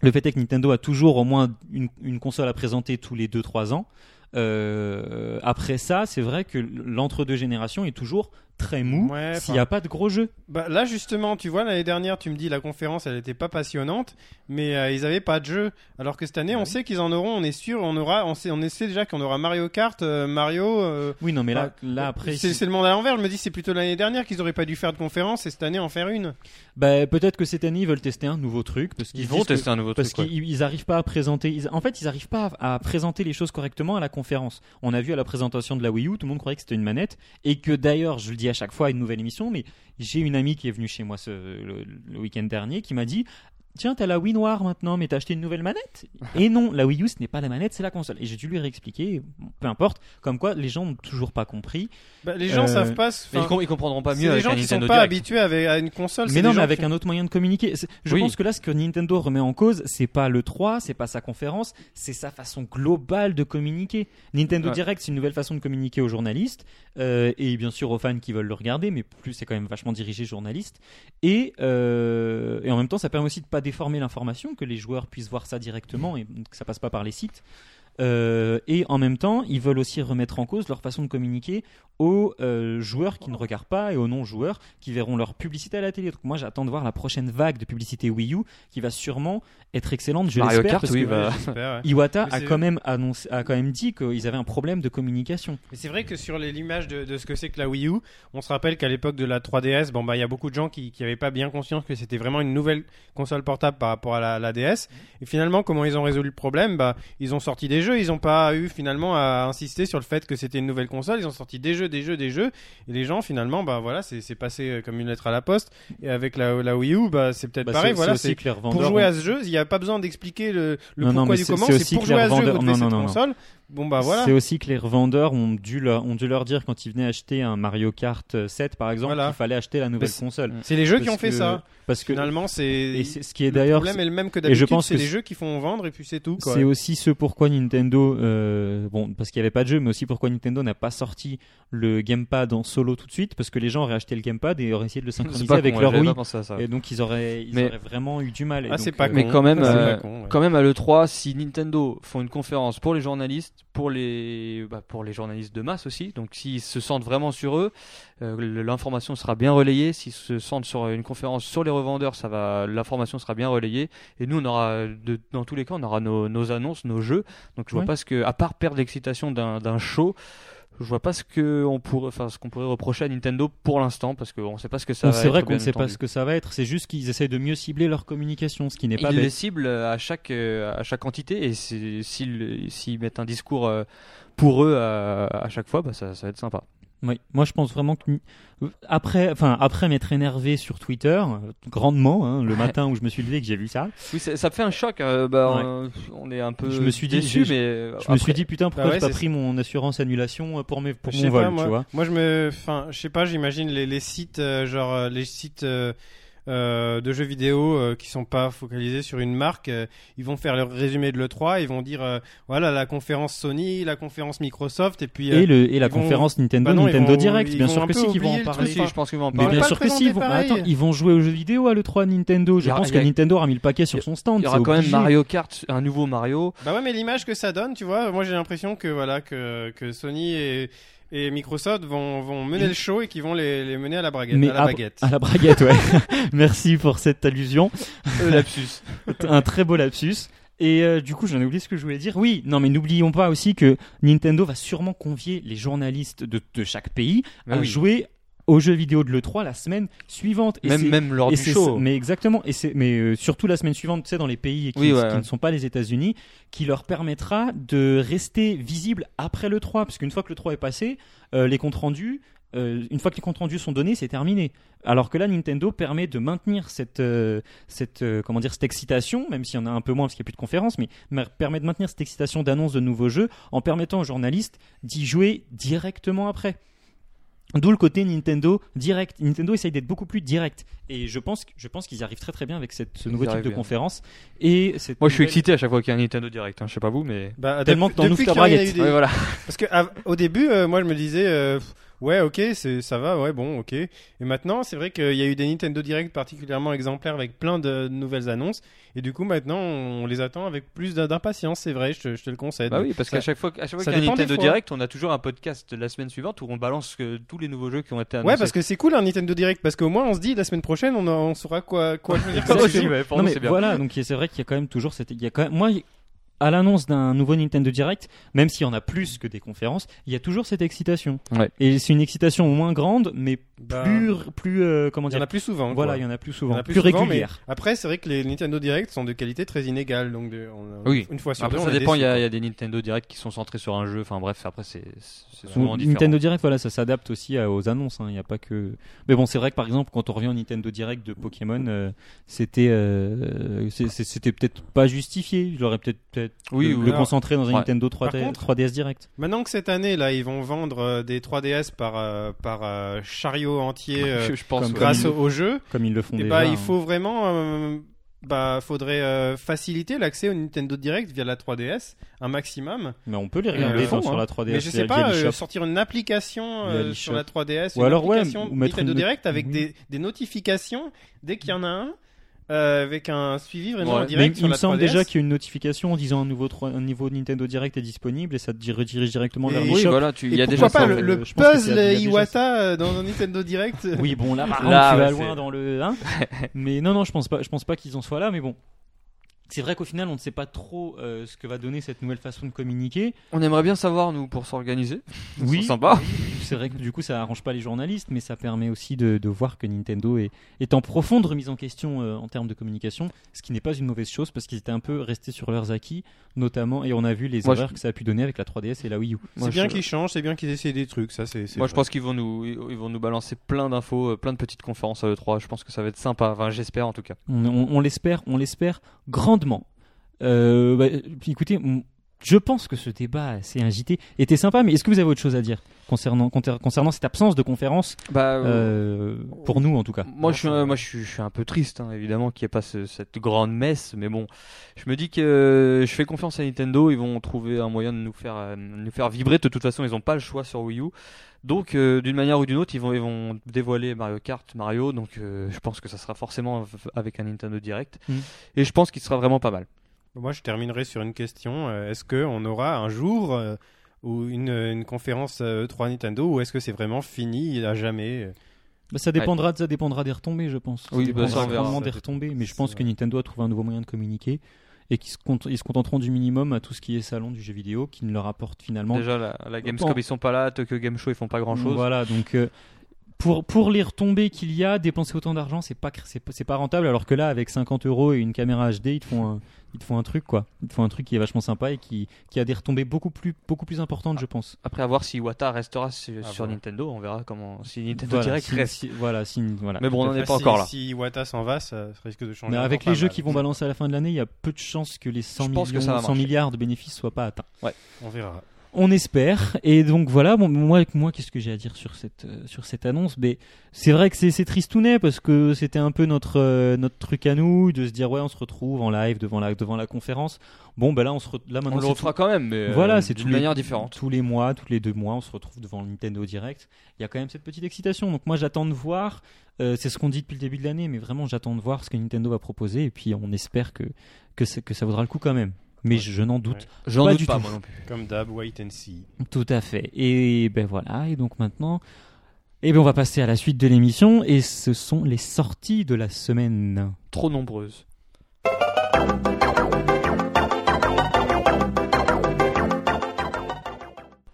Speaker 4: Le fait est que Nintendo a toujours au moins une, une console à présenter tous les 2-3 ans. Euh, après ça, c'est vrai que l'entre-deux génération est toujours très mou
Speaker 6: Ouais,
Speaker 4: s'il n'y a pas de gros jeux.
Speaker 6: Bah, là justement, tu vois, l'année dernière, tu me dis la conférence, elle n'était pas passionnante, mais euh, ils avaient pas de jeu. Alors que cette
Speaker 5: Bah
Speaker 6: année, on sait qu'ils en auront, on est sûr, on aura, on sait, on sait déjà qu'on aura Mario Kart, euh, Mario. euh,
Speaker 4: Oui, non, mais là,
Speaker 6: bah,
Speaker 4: là après.
Speaker 6: c'est c'est le monde à l'envers. Je me dis, c'est plutôt l'année dernière qu'ils auraient pas dû faire de conférence et cette année en faire une.
Speaker 4: Bah, peut-être que cette année, ils veulent tester un nouveau truc. Parce qu'ils
Speaker 5: Ils vont
Speaker 4: disent que-
Speaker 5: tester un nouveau
Speaker 4: Parce
Speaker 5: truc. ouais.
Speaker 4: qu'ils ils arrivent pas à présenter. ils- en fait, ils arrivent pas à, à présenter les choses correctement à la conférence. On a vu à la présentation de la Wii U, tout le monde croyait que c'était une manette et que d'ailleurs, je le dis à chaque fois à une nouvelle émission, mais j'ai une amie qui est venue chez moi ce, le, le week-end dernier qui m'a dit. Tiens, t'as la Wii noire maintenant, mais t'as acheté une nouvelle manette Et non, la Wii U, ce n'est pas la manette, c'est la console. Et j'ai dû lui réexpliquer, bon, peu importe, comme quoi les gens n'ont toujours pas compris.
Speaker 6: Bah, les gens
Speaker 4: Euh,
Speaker 6: savent pas. ce-
Speaker 5: Mais ils
Speaker 6: enfin,
Speaker 5: com- ils comprendront pas
Speaker 6: c'est
Speaker 5: mieux
Speaker 6: les
Speaker 5: avec
Speaker 6: gens
Speaker 5: un
Speaker 6: qui sont
Speaker 5: Nintendo
Speaker 6: pas
Speaker 5: Direct.
Speaker 6: habitués avec, à une console.
Speaker 4: Mais
Speaker 6: c'est
Speaker 4: non,
Speaker 6: des
Speaker 4: mais
Speaker 6: gens
Speaker 4: avec
Speaker 6: qui-
Speaker 4: un autre moyen de communiquer. C'est- Je
Speaker 5: Oui.
Speaker 4: pense que là, ce que Nintendo remet en cause, c'est pas le 3, c'est pas sa conférence, c'est sa façon globale de communiquer. Nintendo
Speaker 5: Ouais.
Speaker 4: Direct, c'est une nouvelle façon de communiquer aux journalistes euh, et bien sûr aux fans qui veulent le regarder, mais plus c'est quand même vachement dirigé journaliste. Et, euh, et en même temps, ça permet aussi de pas déformer l'information, que les joueurs puissent voir ça directement et que ça passe pas par les sites. Euh, et en même temps, ils veulent aussi remettre en cause leur façon de communiquer aux euh, joueurs qui ne regardent pas et aux non-joueurs qui verront leur publicité à la télé. Donc moi, j'attends de voir la prochaine vague de publicité Wii U qui va sûrement être excellente. Je
Speaker 5: Mario
Speaker 4: l'espère
Speaker 5: Kart,
Speaker 4: parce
Speaker 5: oui, bah,
Speaker 4: que
Speaker 5: va-
Speaker 6: J'espère, ouais.
Speaker 4: Iwata
Speaker 6: Mais
Speaker 4: a
Speaker 6: c'est-
Speaker 4: quand même annoncé, a quand même dit qu'ils avaient un problème de communication.
Speaker 6: Mais c'est vrai que sur les- l'image de, de ce que c'est que la Wii U, on se rappelle qu'à l'époque de la 3DS, bon bah il y a beaucoup de gens qui n'avaient pas bien conscience que c'était vraiment une nouvelle console portable par rapport à la, la DS. Et finalement, comment ils ont résolu le problème Bah ils ont sorti des jeux, ils n'ont pas eu finalement à insister sur le fait que c'était une nouvelle console. Ils ont sorti des jeux, des jeux, des jeux, et les gens finalement, bah voilà, c'est c'est passé euh, comme une lettre à la poste. Et avec la, la Wii U, bah c'est peut-être
Speaker 4: Bah,
Speaker 6: pareil.
Speaker 4: c'est-
Speaker 6: Voilà,
Speaker 4: c'est
Speaker 6: c'est
Speaker 4: aussi que les
Speaker 6: pour
Speaker 4: revendeurs
Speaker 6: jouer
Speaker 4: ont-
Speaker 6: à ce jeu, il n'y a pas besoin d'expliquer le, le
Speaker 4: Non, non,
Speaker 6: pourquoi
Speaker 4: mais
Speaker 6: du
Speaker 4: c'est-
Speaker 6: comment.
Speaker 4: c'est
Speaker 6: C'est
Speaker 4: aussi
Speaker 6: pour
Speaker 4: que les
Speaker 6: jouer à ce jeu, vous
Speaker 4: revendeurs-
Speaker 6: devez
Speaker 4: non,
Speaker 6: cette
Speaker 4: non, non, non.
Speaker 6: console. Bon bah voilà.
Speaker 4: C'est aussi que les revendeurs ont dû, leur, ont dû leur dire quand ils venaient acheter un Mario Kart 7 par exemple
Speaker 6: Voilà.
Speaker 4: qu'il fallait acheter la nouvelle
Speaker 6: Parce-
Speaker 4: console.
Speaker 6: C'est les jeux qui
Speaker 4: Parce
Speaker 6: ont fait
Speaker 4: que-
Speaker 6: ça.
Speaker 4: Parce que
Speaker 6: finalement c'est
Speaker 4: et c'est ce qui est
Speaker 6: le
Speaker 4: d'ailleurs
Speaker 6: problème est le même que
Speaker 4: et je
Speaker 6: d'habitude
Speaker 4: pense
Speaker 6: c'est
Speaker 4: que
Speaker 6: les
Speaker 4: c'est-
Speaker 6: jeux qui font vendre et puis c'est tout quoi.
Speaker 4: C'est aussi ce pourquoi Nintendo, euh, bon, parce qu'il n'y avait pas de jeu, mais aussi pourquoi Nintendo n'a pas sorti le gamepad en solo tout de suite, parce que les gens auraient acheté le gamepad et auraient essayé de le
Speaker 5: C'est
Speaker 4: synchroniser
Speaker 5: pas
Speaker 4: avec
Speaker 5: con, ouais,
Speaker 4: leur
Speaker 5: j'avais
Speaker 4: Wii.
Speaker 5: pas pensé à ça.
Speaker 4: Et donc ils auraient, ils
Speaker 5: Mais-
Speaker 4: auraient vraiment eu du mal. Et
Speaker 6: Ah,
Speaker 4: donc,
Speaker 6: c'est pas
Speaker 4: euh,
Speaker 5: Mais
Speaker 6: con.
Speaker 5: quand même,
Speaker 6: Ça, c'est
Speaker 5: euh,
Speaker 6: pas con, ouais.
Speaker 5: quand même à l'E3, si Nintendo font une conférence pour les journalistes, pour les, bah, pour les journalistes de masse aussi, donc s'ils se sentent vraiment sur eux, euh, l- l'information sera bien relayée. S'ils se sentent sur une conférence sur les revendeurs, ça va, l'information sera bien relayée. Et nous, on aura, de- dans tous les cas, on aura nos, nos annonces, nos jeux. Donc je vois
Speaker 4: Ouais.
Speaker 5: pas ce que, à part perdre l'excitation d'un d'un show, je vois pas ce que on pourrait, enfin ce qu'on pourrait reprocher à Nintendo pour l'instant, parce qu'on sait pas ce que ça.
Speaker 4: on-
Speaker 5: va
Speaker 4: c'est vrai
Speaker 5: être,
Speaker 4: qu'on ne
Speaker 5: bien
Speaker 4: sait pas
Speaker 5: entendu.
Speaker 4: ce que ça va être. C'est juste qu'ils essayent de mieux cibler leur communication, ce qui n'est
Speaker 5: Ils
Speaker 4: pas
Speaker 5: les
Speaker 4: bête.
Speaker 5: ciblent à chaque, euh, à chaque entité et c'est- s'ils s'ils mettent un discours euh, pour eux à, à chaque fois, bah, ça, ça va être sympa.
Speaker 4: Oui. Moi, je pense vraiment que après, enfin après m'être énervé sur Twitter euh, grandement hein, le matin où je me suis levé et que j'ai vu ça,
Speaker 5: Oui, ça, ça fait un choc. euh, bah,
Speaker 4: Ouais.
Speaker 5: euh, on est un peu
Speaker 4: Je me suis dit-
Speaker 5: déçu,
Speaker 4: je-
Speaker 5: mais
Speaker 4: je me suis dit putain
Speaker 5: bah
Speaker 4: pourquoi
Speaker 6: ouais,
Speaker 4: j'ai pas
Speaker 6: c'est-
Speaker 4: pris mon assurance annulation euh, pour mes pour
Speaker 6: Je
Speaker 4: mon
Speaker 6: sais
Speaker 4: vol,
Speaker 6: pas, moi,
Speaker 4: tu vois.
Speaker 6: moi je me enfin je sais pas, j'imagine les, les sites euh, genre euh, les sites euh, euh, de jeux vidéo euh, qui sont pas focalisés sur une marque. euh, ils vont faire leur résumé de l'E3, ils vont dire euh, voilà la conférence Sony, la conférence Microsoft, et puis. euh,
Speaker 4: Et, le, et la
Speaker 6: ils vont-
Speaker 4: conférence Nintendo,
Speaker 6: bah non, ils
Speaker 4: Nintendo
Speaker 6: vont-
Speaker 4: Direct,
Speaker 6: ils
Speaker 4: bien
Speaker 6: vont
Speaker 4: sûr
Speaker 6: un
Speaker 4: que
Speaker 6: peu
Speaker 4: si, qu'ils vont en
Speaker 6: oublier le
Speaker 4: parler.
Speaker 6: truc.
Speaker 5: Si, je pense qu'ils vont en
Speaker 4: Mais
Speaker 6: va
Speaker 5: parler.
Speaker 4: bien
Speaker 6: pas
Speaker 4: sûr
Speaker 6: le
Speaker 4: que si, ils vont,
Speaker 6: présenter
Speaker 4: attends,
Speaker 6: pareil.
Speaker 4: ils vont jouer aux jeux vidéo à l'E3 Nintendo.
Speaker 5: Il
Speaker 4: Je
Speaker 5: y aura-
Speaker 4: pense
Speaker 5: il
Speaker 4: que
Speaker 5: y a-
Speaker 4: Nintendo aura mis le paquet sur son stand.
Speaker 5: Il y aura
Speaker 4: c'est
Speaker 5: quand même
Speaker 4: obligé.
Speaker 5: Mario Kart, un nouveau Mario.
Speaker 6: Bah ouais, mais l'image que ça donne, tu vois, moi j'ai l'impression que voilà que, que Sony et, et Microsoft vont, vont mener le show et qu'ils vont les, les mener à la braguette.
Speaker 4: Mais ah,
Speaker 6: à la
Speaker 4: à-
Speaker 6: baguette.
Speaker 4: À la braguette, ouais. Merci pour cette allusion.
Speaker 5: euh, lapsus.
Speaker 4: un très beau lapsus. Et euh, du coup, j'en ai oublié ce que je voulais dire. Oui, non, mais n'oublions pas aussi que Nintendo va sûrement convier les journalistes de, de chaque pays
Speaker 5: Ah
Speaker 4: à jouer aux jeux vidéo de l'E3 la semaine suivante. Et
Speaker 5: Même,
Speaker 4: c'est-
Speaker 5: même lors
Speaker 4: et
Speaker 5: du
Speaker 4: c'est-
Speaker 5: show.
Speaker 4: Mais exactement, et c'est, mais euh, surtout la semaine suivante, tu sais, dans les pays qui,
Speaker 5: Oui, ouais.
Speaker 4: qui ne sont pas les États-Unis, qui leur permettra de rester visible après le 3, parce qu'une fois que le 3 est passé, euh, les comptes rendus, euh, une fois que les comptes rendus sont donnés, c'est terminé. Alors que là, Nintendo permet de maintenir cette, euh, cette, euh, comment dire, cette excitation, même s'il y en a un peu moins parce qu'il n'y a plus de conférences, mais mer- permet de maintenir cette excitation d'annonce de nouveaux jeux en permettant aux journalistes d'y jouer directement après. D'où le côté Nintendo direct. Nintendo essaye d'être beaucoup plus direct. Et je pense, je pense qu'ils y arrivent très très bien avec cette, ce
Speaker 5: Ils
Speaker 4: nouveau
Speaker 5: y
Speaker 4: type
Speaker 5: arrivent
Speaker 4: de
Speaker 5: bien.
Speaker 4: conférence. Et cette
Speaker 5: Moi, je suis
Speaker 4: nouvelle-
Speaker 5: excité à chaque fois qu'il y a un Nintendo Direct. hein. Je sais pas vous, mais.
Speaker 6: Bah,
Speaker 4: Tellement
Speaker 6: depuis-
Speaker 4: que t'en
Speaker 6: depuis
Speaker 4: ouvres ta
Speaker 6: qu'il y en a
Speaker 4: braguette.
Speaker 6: eu des-
Speaker 5: Ouais, voilà.
Speaker 6: Parce que à- au début, euh, moi je me disais, euh, pff, ouais, ok, c'est ça va, ouais, bon, ok. Et maintenant, c'est vrai qu'il y a eu des Nintendo Direct particulièrement exemplaires avec plein de nouvelles annonces. Et du coup, maintenant, on les attend avec plus d'in- d'impatience. C'est vrai, je te, je te le concède.
Speaker 5: Bah oui, parce
Speaker 6: Ça-
Speaker 5: qu'à chaque fois, à chaque fois
Speaker 6: ça
Speaker 5: qu'il y a un
Speaker 6: dépend des
Speaker 5: Nintendo
Speaker 6: fois.
Speaker 5: Direct, on a toujours un podcast de la semaine suivante où on balance euh, tous les nouveaux jeux qui ont été annoncés.
Speaker 6: Ouais, parce que c'est cool un Nintendo Direct parce qu'au moins on se dit la semaine prochaine, on, en- on saura quoi, quoi je veux dire.
Speaker 5: Comme
Speaker 6: comme
Speaker 5: aussi,
Speaker 6: jeu.
Speaker 5: ouais, pour
Speaker 4: Non
Speaker 5: nous,
Speaker 4: mais
Speaker 5: c'est bien.
Speaker 4: voilà, donc c'est vrai qu'il y a quand même toujours cette. Il y a quand même... Moi, à l'annonce d'un nouveau Nintendo Direct, même s'il y en a plus que des conférences, il y a toujours cette excitation.
Speaker 5: Ouais.
Speaker 4: Et c'est une excitation moins grande, mais
Speaker 6: Bah,
Speaker 4: plus, plus euh, comment
Speaker 6: il y en
Speaker 4: dire
Speaker 6: a plus souvent.
Speaker 4: Voilà,
Speaker 6: quoi.
Speaker 4: il y en a plus
Speaker 6: Il y en
Speaker 4: souvent,
Speaker 6: a
Speaker 4: plus,
Speaker 6: souvent, mais
Speaker 4: régulière.
Speaker 6: Après, c'est vrai que les Nintendo Direct sont de qualité très inégale. Donc de- on-
Speaker 5: Oui.
Speaker 6: une fois sur
Speaker 5: Après,
Speaker 6: deux,
Speaker 5: ça
Speaker 6: on est
Speaker 5: dépend. Il y, a
Speaker 6: déçu,
Speaker 5: il y a des Nintendo Direct qui sont centrés sur un jeu. Enfin bref, après, c'est c'est souvent
Speaker 4: Ou-
Speaker 5: différent.
Speaker 4: Nintendo Direct, voilà, ça s'adapte aussi à- aux annonces. hein, Il n'y a pas que. Mais bon, c'est vrai que par exemple, quand on revient au Nintendo Direct de Pokémon, euh, c'était euh, c'est- c'est- c'était peut-être pas justifié. Je l'aurais peut-être peut-être
Speaker 5: Oui,
Speaker 4: le,
Speaker 5: ou
Speaker 4: le
Speaker 5: alors-
Speaker 4: concentrer dans un
Speaker 5: Ouais.
Speaker 4: Nintendo 3
Speaker 6: Par contre-
Speaker 4: 3DS Direct.
Speaker 6: Maintenant que cette année là, ils vont vendre euh, des 3DS par euh, par euh, chariot entier euh,
Speaker 5: je, je pense.
Speaker 4: comme-
Speaker 5: ouais.
Speaker 6: grâce
Speaker 4: ils-
Speaker 6: au, au jeu,
Speaker 4: comme ils le font
Speaker 6: et
Speaker 4: déjà.
Speaker 6: bah il
Speaker 4: hein.
Speaker 6: faut vraiment euh, bah faudrait euh, faciliter l'accès au Nintendo Direct via la 3DS un maximum.
Speaker 4: Mais on peut les
Speaker 6: Euh,
Speaker 4: regarder
Speaker 6: ils font,
Speaker 4: enfin, sur
Speaker 6: hein.
Speaker 4: la 3DS.
Speaker 6: Mais je sais
Speaker 4: via-
Speaker 6: pas
Speaker 4: via l'eShop.
Speaker 6: euh, sortir une application euh,
Speaker 4: Via l'eShop.
Speaker 6: sur la 3DS
Speaker 4: Ou
Speaker 6: une
Speaker 4: alors, ouais,
Speaker 6: application
Speaker 4: ou mettre
Speaker 6: Nintendo
Speaker 4: une-
Speaker 6: Direct avec
Speaker 4: oui.
Speaker 6: des, des notifications dès qu'il y en a un euh, avec un suivi vraiment
Speaker 5: Ouais.
Speaker 6: en
Speaker 4: Mais
Speaker 6: direct
Speaker 4: il
Speaker 6: sur
Speaker 4: me
Speaker 6: la
Speaker 4: semble
Speaker 6: 3DS.
Speaker 4: déjà qu'il y a une notification en disant un nouveau, trois- un niveau Nintendo Direct est disponible et ça te dir- redirige directement vers
Speaker 6: Et-
Speaker 4: l'eShop.
Speaker 5: Oui, voilà. tu- Il
Speaker 6: Et
Speaker 5: y a
Speaker 6: pourquoi pas
Speaker 5: déjà ça. en
Speaker 6: le,
Speaker 5: fait.
Speaker 6: le
Speaker 4: Je pense que c'est-
Speaker 6: puzzle
Speaker 4: il y a déjà
Speaker 6: Iwata euh, dans un Nintendo Direct
Speaker 4: Oui, bon, là, par
Speaker 5: Là,
Speaker 4: contre, tu vas
Speaker 5: ouais,
Speaker 4: loin
Speaker 5: c'est-
Speaker 4: dans le. hein. mais non, non, je pense pas. Je pense pas qu'ils en soient là, mais bon. C'est vrai qu'au final, on ne sait pas trop euh, ce que va donner cette nouvelle façon de communiquer.
Speaker 5: On aimerait bien savoir nous pour s'organiser.
Speaker 4: Oui.
Speaker 5: C'est sympa.
Speaker 4: C'est vrai que du coup, ça arrange pas les journalistes, mais ça permet aussi de, de voir que Nintendo est, est en profonde remise en question euh, en termes de communication, ce qui n'est pas une mauvaise chose parce qu'ils étaient un peu restés sur leurs acquis, notamment, et on a vu les
Speaker 5: Moi,
Speaker 4: erreurs que ça a pu donner avec la 3DS et la Wii U.
Speaker 5: Moi,
Speaker 6: C'est bien
Speaker 5: je-
Speaker 6: qu'ils changent, c'est bien qu'ils essayent des trucs, ça c'est. c'est
Speaker 5: Moi, je
Speaker 6: vrai.
Speaker 5: pense qu'ils vont nous, ils vont nous balancer plein d'infos, euh, plein de petites conférences à E3. Je pense que ça va être sympa. Enfin, j'espère en tout cas.
Speaker 4: On, on- on l'espère, on l'espère grandement. Euh, bah, écoutez, m- je pense que ce débat assez agité était sympa, mais est-ce que vous avez autre chose à dire concernant, conter- concernant cette absence de conférence
Speaker 5: Bah,
Speaker 4: euh, Pour nous, en tout cas.
Speaker 5: Moi, je suis, un- moi, je suis, je suis un peu triste, hein, évidemment, qu'il n'y ait pas ce- cette grande messe, mais bon, je me dis que euh, je fais confiance à Nintendo, ils vont trouver un moyen de nous faire, euh, nous faire vibrer. De toute façon, ils n'ont pas le choix sur Wii U, donc euh, d'une manière ou d'une autre, ils vont, ils vont dévoiler Mario Kart, Mario, donc euh, je pense que ça sera forcément av- avec un Nintendo Direct,
Speaker 4: Mm.
Speaker 5: et je pense qu'il sera vraiment pas mal.
Speaker 6: Moi, je terminerai sur une question. Euh, Est-ce qu'on aura un jour euh, ou une, une conférence euh, E3 Nintendo ou est-ce que c'est vraiment fini à jamais euh
Speaker 4: Bah, ça, dépendra, ça dépendra des retombées, je pense.
Speaker 5: Oui,
Speaker 4: ça
Speaker 5: bah, ça,
Speaker 4: dépendra
Speaker 5: on verra.
Speaker 4: vraiment des
Speaker 6: Ça,
Speaker 4: retombées, mais je
Speaker 6: c'est
Speaker 4: pense que
Speaker 6: vrai.
Speaker 4: Nintendo a trouvé un nouveau moyen de communiquer et qu'ils se, cont- ils se contenteront du minimum à tout ce qui est salon du jeu vidéo qui ne leur apporte finalement
Speaker 5: Déjà, la, la Gamescom,
Speaker 4: Bon.
Speaker 5: ils sont pas là, Tokyo Game Show, ils font pas grand chose.
Speaker 4: Voilà, donc euh, pour, pour les retombées qu'il y a, dépenser autant d'argent, c'est pas, cr- c'est pas- c'est pas rentable. Alors que là, avec 50 euros et une caméra HD, ils te font un, ils te font un truc, quoi. Ils te font un truc qui est vachement sympa et qui, qui a des retombées beaucoup plus, beaucoup plus importantes, je pense.
Speaker 5: Après, à voir si Iwata restera su-
Speaker 6: À
Speaker 5: sur
Speaker 6: voir.
Speaker 5: Nintendo, on verra comment, si Nintendo
Speaker 4: voilà,
Speaker 5: Direct
Speaker 4: si-
Speaker 5: reste.
Speaker 4: si- voilà, si- voilà.
Speaker 5: Mais bon, on n'en est
Speaker 6: Enfin,
Speaker 5: pas
Speaker 6: si-
Speaker 5: encore là.
Speaker 6: Si Iwata s'en va, ça ça risque de changer.
Speaker 4: Mais avec
Speaker 6: encore
Speaker 4: les
Speaker 6: pas
Speaker 4: jeux
Speaker 6: mal.
Speaker 4: qui vont balancer à la fin de l'année, il y a peu de chances que les 100,
Speaker 5: Je pense que
Speaker 4: millions-
Speaker 5: ça va
Speaker 4: 100
Speaker 5: marcher.
Speaker 4: milliards de bénéfices soient pas atteints.
Speaker 6: On verra.
Speaker 4: On espère. Et donc voilà, bon, moi, moi qu'est-ce que j'ai à dire sur cette, euh, sur cette annonce Mais c'est vrai que c'est c'est tristounet parce que c'était un peu notre, euh, notre truc à nous de se dire ouais, on se retrouve en live devant la, devant la conférence. Bon, ben là, on se re- là maintenant
Speaker 5: On le
Speaker 4: c'est tout-
Speaker 5: refera quand même, mais euh,
Speaker 4: Voilà, c'est
Speaker 5: d'une
Speaker 4: tous les-
Speaker 5: manière différente.
Speaker 4: Tous les mois, tous les deux mois, on se retrouve devant le Nintendo Direct. Il y a quand même cette petite excitation. Donc moi, j'attends de voir. Euh, c'est ce qu'on dit depuis le début de l'année, mais vraiment, j'attends de voir ce que Nintendo va proposer. Et puis, on espère que que, ça- que ça vaudra le coup quand même. Mais je, je n'en doute
Speaker 5: J'en
Speaker 4: Pas
Speaker 5: doute
Speaker 4: du
Speaker 5: pas,
Speaker 4: tout.
Speaker 5: moi non plus.
Speaker 6: Comme d'hab, wait and see.
Speaker 4: tout à fait. Et ben voilà. Et donc maintenant, et ben on va passer à la suite de l'émission. Et ce sont les sorties de la semaine.
Speaker 5: Trop nombreuses.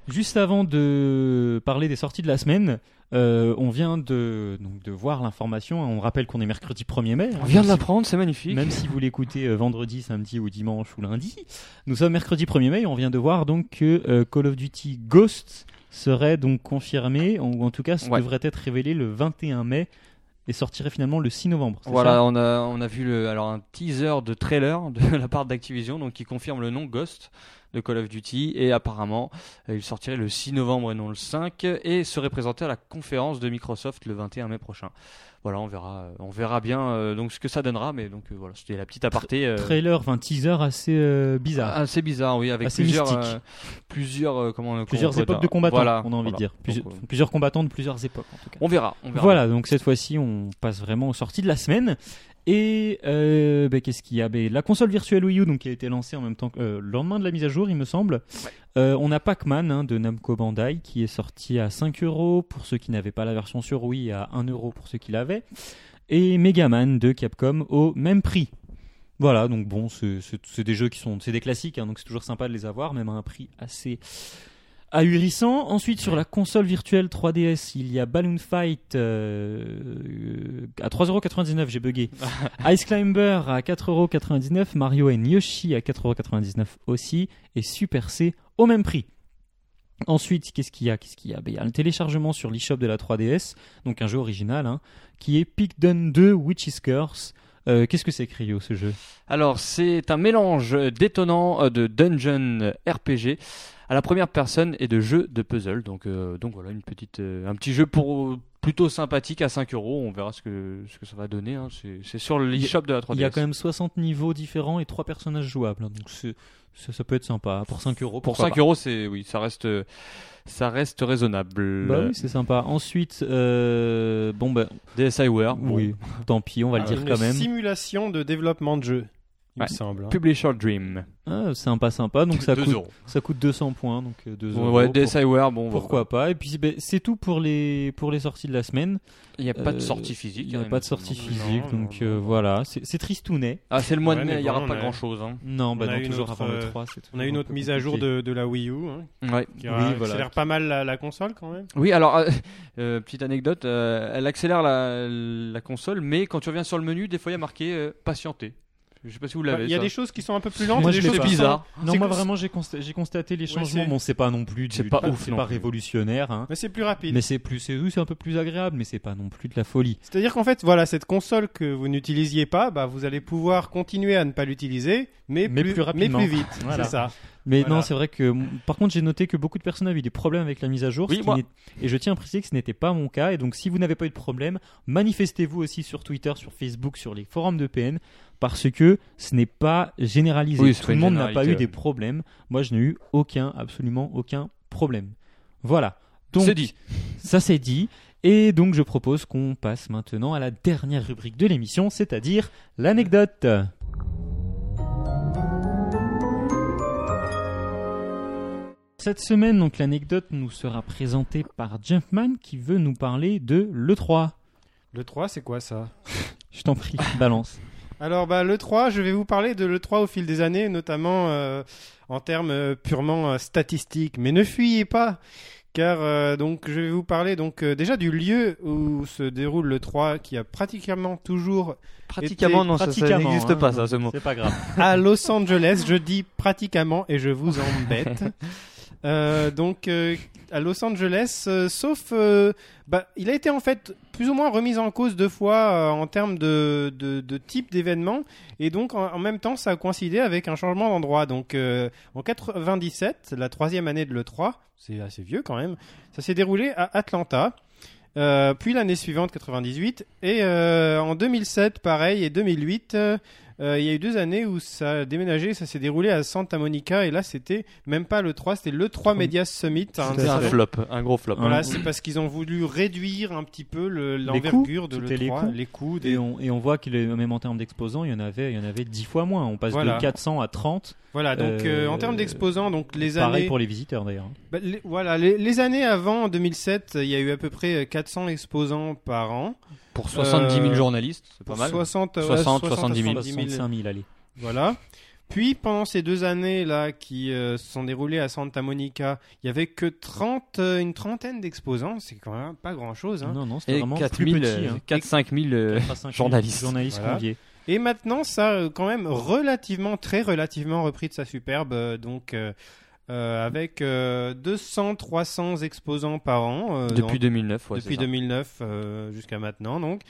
Speaker 4: Juste avant de parler des sorties de la semaine, euh, on vient de, donc de voir l'information. On rappelle qu'on est mercredi 1er mai.
Speaker 5: On vient de
Speaker 4: Si vous-
Speaker 5: l'apprendre, c'est magnifique.
Speaker 4: Même si vous l'écoutez euh, vendredi, samedi ou dimanche ou lundi, nous sommes mercredi 1er mai et on vient de voir donc que euh, Call of Duty Ghost serait donc confirmé, ou en tout cas ce
Speaker 5: Ouais.
Speaker 4: devrait être révélé le 21 mai et sortirait finalement le 6 novembre. c'est
Speaker 5: Voilà,
Speaker 4: ça
Speaker 5: on a, on a vu le, alors un teaser de trailer de la part d'Activision donc qui confirme le nom Ghost de Call of Duty et apparemment euh, il sortirait le 6 novembre et non le 5 et serait présenté à la conférence de Microsoft le 21 mai prochain. Voilà, on verra euh, on verra bien euh, donc ce que ça donnera mais donc euh, voilà, c'était la petite aparté euh, Ah,
Speaker 4: Trailer, enfin teaser assez euh, bizarre.
Speaker 5: assez bizarre oui avec
Speaker 4: Assez
Speaker 5: plusieurs
Speaker 4: mystique.
Speaker 5: euh, plusieurs euh, comment comment on
Speaker 4: plusieurs
Speaker 5: peut
Speaker 4: époques
Speaker 5: dire.
Speaker 4: de combattants,
Speaker 5: Voilà,
Speaker 4: on a envie
Speaker 5: voilà.
Speaker 4: de dire. Plusieurs-
Speaker 5: Donc, euh,
Speaker 4: plusieurs combattants de plusieurs époques en tout cas.
Speaker 5: on verra, on verra.
Speaker 4: Voilà, donc cette fois-ci, on passe vraiment aux sorties de la semaine. Et euh, ben, qu'est-ce qu'il y a Ben, La console virtuelle Wii U, donc, qui a été lancée en même temps que euh, le lendemain de la mise à jour, il me semble. Euh, on a Pac-Man hein, de Namco Bandai qui est sorti à 5 euros pour ceux qui n'avaient pas la version sur Wii, à 1 euro pour ceux qui l'avaient. Et Mega Man de Capcom au même prix. Voilà, donc bon, c'est- c'est c'est des jeux qui sont, c'est des classiques, hein, donc c'est toujours sympa de les avoir, même à un prix assez ahurissant. Ensuite, sur la console virtuelle 3DS, il y a Balloon Fight euh, euh, à 3,99€, j'ai bugué. Ice Climber à 4,99€, Mario Yoshi à 4,99€ aussi, et Super C au même prix. Ensuite, qu'est-ce qu'il y a Qu'est-ce qu'il y a Ben, Il y a un téléchargement sur l'eShop de la 3DS, donc un jeu original, hein, qui est Pikdun 2 Witch's Curse. Euh, qu'est-ce que c'est, Cryo, ce jeu
Speaker 5: Alors, c'est un mélange détonnant euh, de dungeon euh, RPG à la première personne et de jeu de puzzle. Donc, euh, donc voilà, une petite, euh, un petit jeu pour plutôt sympathique à 5 euros. On verra ce que, ce que ça va donner. hein. C'est c'est sur l'eShop de la 3DS.
Speaker 4: Il y a quand même 60 niveaux différents et 3 personnages jouables, hein, donc c'est- ça, ça peut être sympa. Pour 5 euros,
Speaker 5: Pour
Speaker 4: pourquoi
Speaker 5: 5 euros, c'est oui, ça reste, euh, ça reste raisonnable.
Speaker 4: Bah oui, c'est sympa. Ensuite, euh, bon bah,
Speaker 5: DSiWare, bon.
Speaker 4: oui, tant pis, on va le
Speaker 5: Ah,
Speaker 4: dire
Speaker 6: Une
Speaker 4: quand même.
Speaker 6: simulation de développement de jeu, il
Speaker 5: Ouais.
Speaker 6: me semble. hein.
Speaker 5: Publisher Dream.
Speaker 4: Ah, sympa, sympa. Donc ça
Speaker 5: Deux
Speaker 4: coûte,
Speaker 5: euros.
Speaker 4: ça coûte 200 points, donc euh, 2 euros.
Speaker 5: Ouais,
Speaker 4: pour-
Speaker 5: DSiWare, bon,
Speaker 4: pourquoi pas Et puis ben, c'est tout pour les pour les sorties de la semaine.
Speaker 5: Il n'y a pas de
Speaker 4: Euh,
Speaker 5: sortie physique.
Speaker 4: Il n'y a
Speaker 5: hein,
Speaker 4: pas de sortie
Speaker 5: non.
Speaker 4: physique,
Speaker 6: non,
Speaker 4: donc
Speaker 6: non,
Speaker 4: euh,
Speaker 6: non.
Speaker 4: voilà, c'est c'est tristounet.
Speaker 5: Ah, c'est le mois
Speaker 6: Ouais,
Speaker 5: de mai,
Speaker 6: mais
Speaker 5: il n'y aura
Speaker 6: bon,
Speaker 5: pas
Speaker 6: on a-
Speaker 5: grand chose. Hein.
Speaker 4: Non, bah
Speaker 6: On a
Speaker 4: non,
Speaker 6: une
Speaker 4: toujours
Speaker 6: autre,
Speaker 4: avant le
Speaker 6: euh,
Speaker 4: 3. c'est
Speaker 6: On a
Speaker 4: toujours
Speaker 6: une
Speaker 4: un
Speaker 6: autre
Speaker 4: peu
Speaker 6: mise à jour
Speaker 4: compliqué.
Speaker 6: de, de la Wii U, hein,
Speaker 5: Ouais.
Speaker 6: qui
Speaker 4: Oui,
Speaker 6: a- qui
Speaker 4: voilà.
Speaker 6: accélère pas mal la, la console quand même.
Speaker 5: Oui, alors, euh, euh, petite anecdote, euh, elle accélère la, la console, mais quand tu reviens sur le menu, des fois il y a marqué euh, patienter. Je sais pas si vous l'avez.
Speaker 6: Bah, Il y a
Speaker 5: ça.
Speaker 6: des choses qui sont un peu plus lentes,
Speaker 4: Moi,
Speaker 6: et
Speaker 4: je
Speaker 6: des
Speaker 4: l'ai
Speaker 6: choses
Speaker 4: pas.
Speaker 5: C'est
Speaker 6: qui sont-
Speaker 5: bizarre.
Speaker 4: Non,
Speaker 6: C'est
Speaker 4: moi
Speaker 6: que-
Speaker 4: vraiment j'ai constaté, j'ai constaté les
Speaker 6: Ouais,
Speaker 4: changements.
Speaker 6: c'est-
Speaker 4: bon, c'est pas non plus, du-
Speaker 5: C'est pas ouf
Speaker 4: c'est
Speaker 5: non
Speaker 4: pas
Speaker 5: plus.
Speaker 4: révolutionnaire, hein.
Speaker 6: Mais c'est plus rapide.
Speaker 4: mais c'est plus, c'est oui, c'est un peu plus agréable, mais c'est pas non plus de la folie.
Speaker 6: C'est-à-dire qu'en fait, voilà, cette console que vous n'utilisiez pas, bah, vous allez pouvoir continuer à ne pas l'utiliser, mais,
Speaker 4: Mais plus rapidement.
Speaker 6: mais plus vite.
Speaker 4: Voilà.
Speaker 6: C'est ça.
Speaker 4: Mais
Speaker 6: Voilà.
Speaker 4: non, c'est vrai que. Par contre, j'ai noté que beaucoup de personnes avaient eu des problèmes avec la mise à jour.
Speaker 5: Oui,
Speaker 4: ce qui
Speaker 5: moi.
Speaker 4: n'est- Et je tiens à préciser que ce n'était pas mon cas. Et donc, si vous n'avez pas eu de problème, manifestez-vous aussi sur Twitter, sur Facebook, sur les forums de PN, parce que ce n'est pas généralisé.
Speaker 5: Oui, c'est
Speaker 4: Tout
Speaker 5: pas
Speaker 4: le
Speaker 5: une
Speaker 4: monde n'a pas
Speaker 5: généralité,
Speaker 4: eu des
Speaker 5: ouais.
Speaker 4: problèmes. Moi, je n'ai eu aucun, absolument aucun problème. Voilà. Donc,
Speaker 5: C'est dit.
Speaker 4: Ça, c'est dit. Et donc, je propose qu'on passe maintenant à la dernière rubrique de l'émission, c'est-à-dire l'anecdote. Cette semaine, donc, l'anecdote nous sera présentée par Jumpman qui veut nous parler de l'E3.
Speaker 6: Le 3, c'est quoi ça
Speaker 4: Je t'en prie, balance.
Speaker 6: Alors bah, le 3, je vais vous parler de le 3 au fil des années, notamment euh, en termes euh, purement euh, statistiques. Mais ne fuyez pas, car euh, donc je vais vous parler donc euh, déjà du lieu où se déroule le 3, qui a pratiquement toujours
Speaker 5: Pratiquement,
Speaker 6: Était-
Speaker 5: non, ça- ça
Speaker 4: pratiquement,
Speaker 5: n'existe
Speaker 4: hein,
Speaker 5: pas, ça, ce mot.
Speaker 4: C'est pas grave.
Speaker 6: à Los Angeles. Je dis pratiquement et je vous embête. Euh, donc euh, à Los Angeles, euh, sauf euh, bah, il a été en fait plus ou moins remis en cause deux fois euh, en termes de, de, de type d'événement et donc en, en même temps ça a coïncidé avec un changement d'endroit. Donc euh, en 97, la troisième année de l'E3, c'est assez vieux quand même, ça s'est déroulé à Atlanta. Euh, puis l'année suivante, 98, et euh, en 2007, pareil, et 2008, euh, euh, il y a eu deux années où ça a déménagé, ça s'est déroulé à Santa Monica, et là c'était même pas le 3, c'était le 3 Media Summit. hein,
Speaker 5: Mmh. C'était
Speaker 6: ça-
Speaker 5: un flop, un gros flop.
Speaker 6: Voilà, c'est parce qu'ils ont voulu réduire un petit peu le-
Speaker 4: coûts,
Speaker 6: l'envergure de
Speaker 4: c'était
Speaker 6: l'E3,
Speaker 4: les
Speaker 6: les
Speaker 4: coûts.
Speaker 6: coûts, des-
Speaker 4: Et on, et on voit qu'il est même en termes d'exposants, il y en avait, il y en avait dix fois moins. On passe
Speaker 6: Voilà.
Speaker 4: de 400 à 30.
Speaker 6: Voilà, donc euh,
Speaker 4: Euh,
Speaker 6: en termes d'exposants, donc les
Speaker 4: Pareil
Speaker 6: années,
Speaker 4: pour les visiteurs d'ailleurs. hein.
Speaker 6: bah, les- voilà, les, les années avant en 2007, il y a eu à peu près 400 exposants par an,
Speaker 5: Pour 70 000
Speaker 6: Euh,
Speaker 5: journalistes, c'est pas
Speaker 6: Pour
Speaker 5: mal.
Speaker 6: 60, ouais,
Speaker 5: 60, 70 000.
Speaker 6: 70 000.
Speaker 4: 65 000 allez.
Speaker 6: Voilà. Puis pendant ces deux années là qui euh, se sont déroulées à Santa Monica, il y avait que 30, euh, une trentaine d'exposants, c'est quand même pas hein. grand chose.
Speaker 4: Non, non, c'était
Speaker 5: Et
Speaker 4: vraiment
Speaker 5: 4
Speaker 4: plus
Speaker 5: 000,
Speaker 4: petit. hein.
Speaker 5: 4-5 000 euh,
Speaker 4: Quatre à cinq
Speaker 5: journalistes.
Speaker 4: Journalistes
Speaker 6: Voilà.
Speaker 4: conviés.
Speaker 6: Et maintenant, ça a quand même relativement, très relativement repris de sa superbe, euh, donc euh, euh, avec 200-300 exposants par an. euh,
Speaker 5: depuis 2009.
Speaker 6: dans-
Speaker 5: Ouais,
Speaker 6: depuis
Speaker 5: c'est ça.
Speaker 6: 2009 euh, jusqu'à maintenant, donc.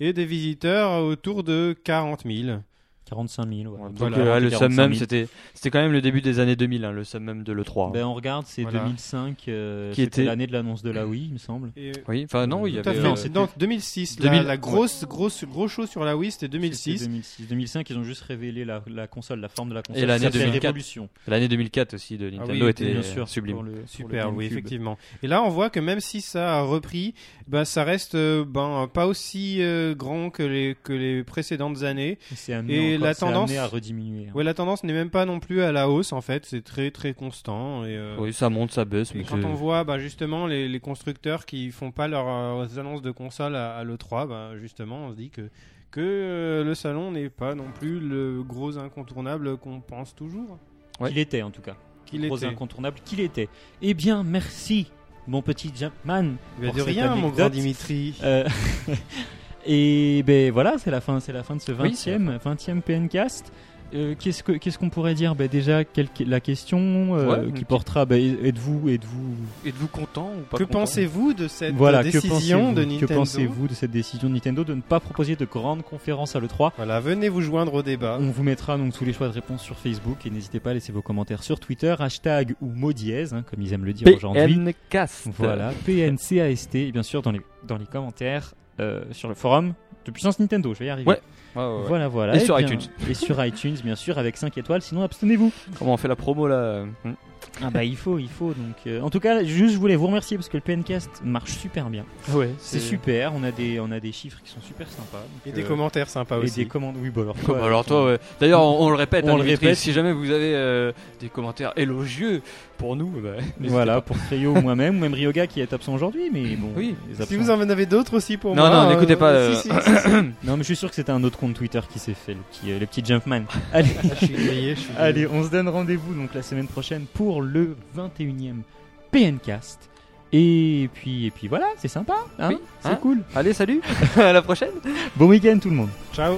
Speaker 6: Et des visiteurs autour de 40 000.
Speaker 4: 45 000. ouais.
Speaker 5: Ouais, donc,
Speaker 6: Voilà,
Speaker 5: euh, ouais, le
Speaker 4: 45 000.
Speaker 5: summum, c'était c'était quand même le début des années 2000, hein, le summum de l'E3.
Speaker 4: Ben, on regarde, c'est
Speaker 6: Voilà.
Speaker 4: 2005, euh,
Speaker 5: Qui
Speaker 4: c'était
Speaker 5: était-
Speaker 4: l'année de l'annonce de la Wii, il me semble.
Speaker 6: Et,
Speaker 5: oui, enfin non, il y
Speaker 6: tout à
Speaker 5: avait.
Speaker 6: fait.
Speaker 4: non,
Speaker 5: euh,
Speaker 4: c'était-
Speaker 6: dans 2006, la-
Speaker 5: 2000,
Speaker 6: la, grosse, grosse, gros show sur la Wii, c'était
Speaker 4: C'était
Speaker 6: 2006.
Speaker 4: 2006. 2005, ils ont juste révélé la, la console, la forme de la console.
Speaker 5: Et l'année
Speaker 4: Ça fait
Speaker 5: 2004.
Speaker 4: Révolution.
Speaker 5: L'année 2004 aussi de Nintendo
Speaker 6: Ah oui,
Speaker 5: était
Speaker 4: bien sûr,
Speaker 5: sublime.
Speaker 4: pour le- pour
Speaker 6: Super,
Speaker 4: le
Speaker 6: oui,
Speaker 4: GameCube.
Speaker 6: effectivement. Et là, on voit que même si ça a repris, ben, ça reste euh, ben, pas aussi euh, grand que les, que les précédentes années.
Speaker 4: C'est amené,
Speaker 6: Et
Speaker 4: encore-
Speaker 6: la
Speaker 4: c'est
Speaker 6: tendance-
Speaker 4: amené à rediminuer. hein.
Speaker 6: Ouais, la tendance n'est même pas non plus à la hausse en fait, c'est très très constant. Et, euh,
Speaker 5: Oui, ça monte, ça baisse.
Speaker 6: et
Speaker 5: mais
Speaker 6: quand
Speaker 5: c'est-
Speaker 6: on voit bah, justement les, les constructeurs qui font pas leurs euh, annonces de console à, à l'E3, bah, justement on se dit que, que euh, le salon n'est pas non plus le gros incontournable qu'on pense toujours.
Speaker 5: Ouais.
Speaker 4: Qu'il était en tout cas.
Speaker 6: Qu'il
Speaker 4: Gros
Speaker 6: était.
Speaker 4: incontournable qu'il était. Eh bien, merci, mon petit Jumpman.
Speaker 6: Il va
Speaker 4: Pour
Speaker 6: dire
Speaker 4: cette
Speaker 6: rien, mon
Speaker 4: anecdote,
Speaker 6: grand Dimitri.
Speaker 4: Euh, et ben voilà, c'est la fin, c'est la fin de ce 20e,
Speaker 5: Oui, c'est la
Speaker 4: 20e PNcast. Euh, qu'est-ce que- qu'est-ce qu'on pourrait dire ben Déjà, quelle- la question euh,
Speaker 5: Ouais.
Speaker 4: qui portera, ben, êtes-vous, êtes-vous
Speaker 5: Êtes-vous content ou pas
Speaker 6: que
Speaker 5: content
Speaker 6: pensez-vous de cette
Speaker 4: voilà, que
Speaker 6: décision
Speaker 4: pensez-vous-
Speaker 6: de Nintendo
Speaker 4: Que pensez-vous de cette décision de Nintendo de ne pas proposer de grandes conférences à l'E3
Speaker 6: Voilà, venez vous joindre au débat.
Speaker 4: On vous mettra donc tous les choix de réponse sur Facebook et n'hésitez pas à laisser vos commentaires sur Twitter, hashtag ou mot dièse, hein, comme ils aiment le dire aujourd'hui.
Speaker 5: PNcast.
Speaker 4: Voilà, PNCAST et bien sûr dans les, dans les commentaires euh, sur le forum de Puissance Nintendo, je vais y arriver.
Speaker 5: Ouais, Ouais, ouais, ouais.
Speaker 4: Voilà, voilà. Eh
Speaker 5: Et sur
Speaker 4: bien-
Speaker 5: iTunes.
Speaker 4: Et sur iTunes, bien sûr, avec 5 étoiles, sinon abstenez-vous.
Speaker 5: Comment on fait la promo là Hmm.
Speaker 4: Ah bah il faut, il faut. Donc, euh, en tout cas, juste je voulais vous remercier parce que le PNcast marche super bien. Ah C'est super, on a des, on a des chiffres qui sont super sympas. donc,
Speaker 6: Et des
Speaker 4: euh,
Speaker 6: commentaires sympas
Speaker 4: et
Speaker 6: aussi.
Speaker 4: des commandes. Oui, bah alors
Speaker 5: Comme alors toi, ouais. D'ailleurs, on, on le répète,
Speaker 4: On
Speaker 5: hein,
Speaker 4: le
Speaker 5: Dimitri,
Speaker 4: répète.
Speaker 5: si jamais vous avez euh, des commentaires élogieux pour nous, bah, n'hésitez
Speaker 4: Voilà,
Speaker 5: pas.
Speaker 4: pour Trio ou moi-même, ou même Ryoga qui est absent aujourd'hui, mais bon.
Speaker 5: Oui.
Speaker 4: les
Speaker 6: Si
Speaker 4: absents-
Speaker 6: vous en avez d'autres aussi pour
Speaker 5: Non,
Speaker 6: moi.
Speaker 5: non, n'écoutez pas, euh,
Speaker 6: si, si, si, si.
Speaker 4: Non, mais je suis sûr que c'était un autre compte Twitter qui s'est fait, le petit, euh, le petit Jumpman. Allez,
Speaker 6: je suis grillé, je suis grillé.
Speaker 4: allez, on se donne rendez-vous donc la semaine prochaine pour le 21e PNcast. Et puis, et puis voilà, c'est sympa, hein
Speaker 5: Oui,
Speaker 4: c'est
Speaker 5: hein.
Speaker 4: cool.
Speaker 5: Allez, salut, à la prochaine.
Speaker 4: Bon week-end tout le monde.
Speaker 6: Ciao.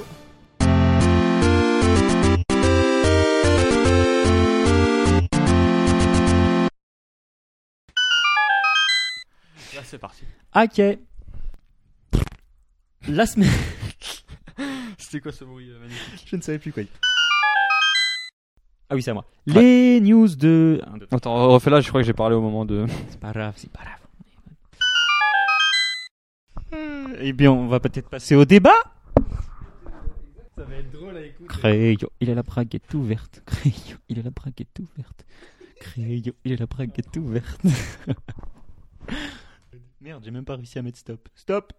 Speaker 5: Là, c'est parti.
Speaker 4: Ok. La semaine.
Speaker 5: C'était quoi ce bruit euh, magnifique
Speaker 4: je ne savais plus quoi. dire. Ah oui, c'est à moi. Les news de. Un, deux, trois.
Speaker 5: Attends, refais là, je crois que j'ai parlé au moment de.
Speaker 4: C'est pas grave, c'est pas grave. Eh bien, on va peut-être passer au débat.
Speaker 6: Ça va être drôle à écouter.
Speaker 4: Crayon, il a la braguette ouverte. Crayon, il a la braguette ouverte. Crayon, il a la braguette ouverte. Merde, j'ai même pas réussi à mettre stop. Stop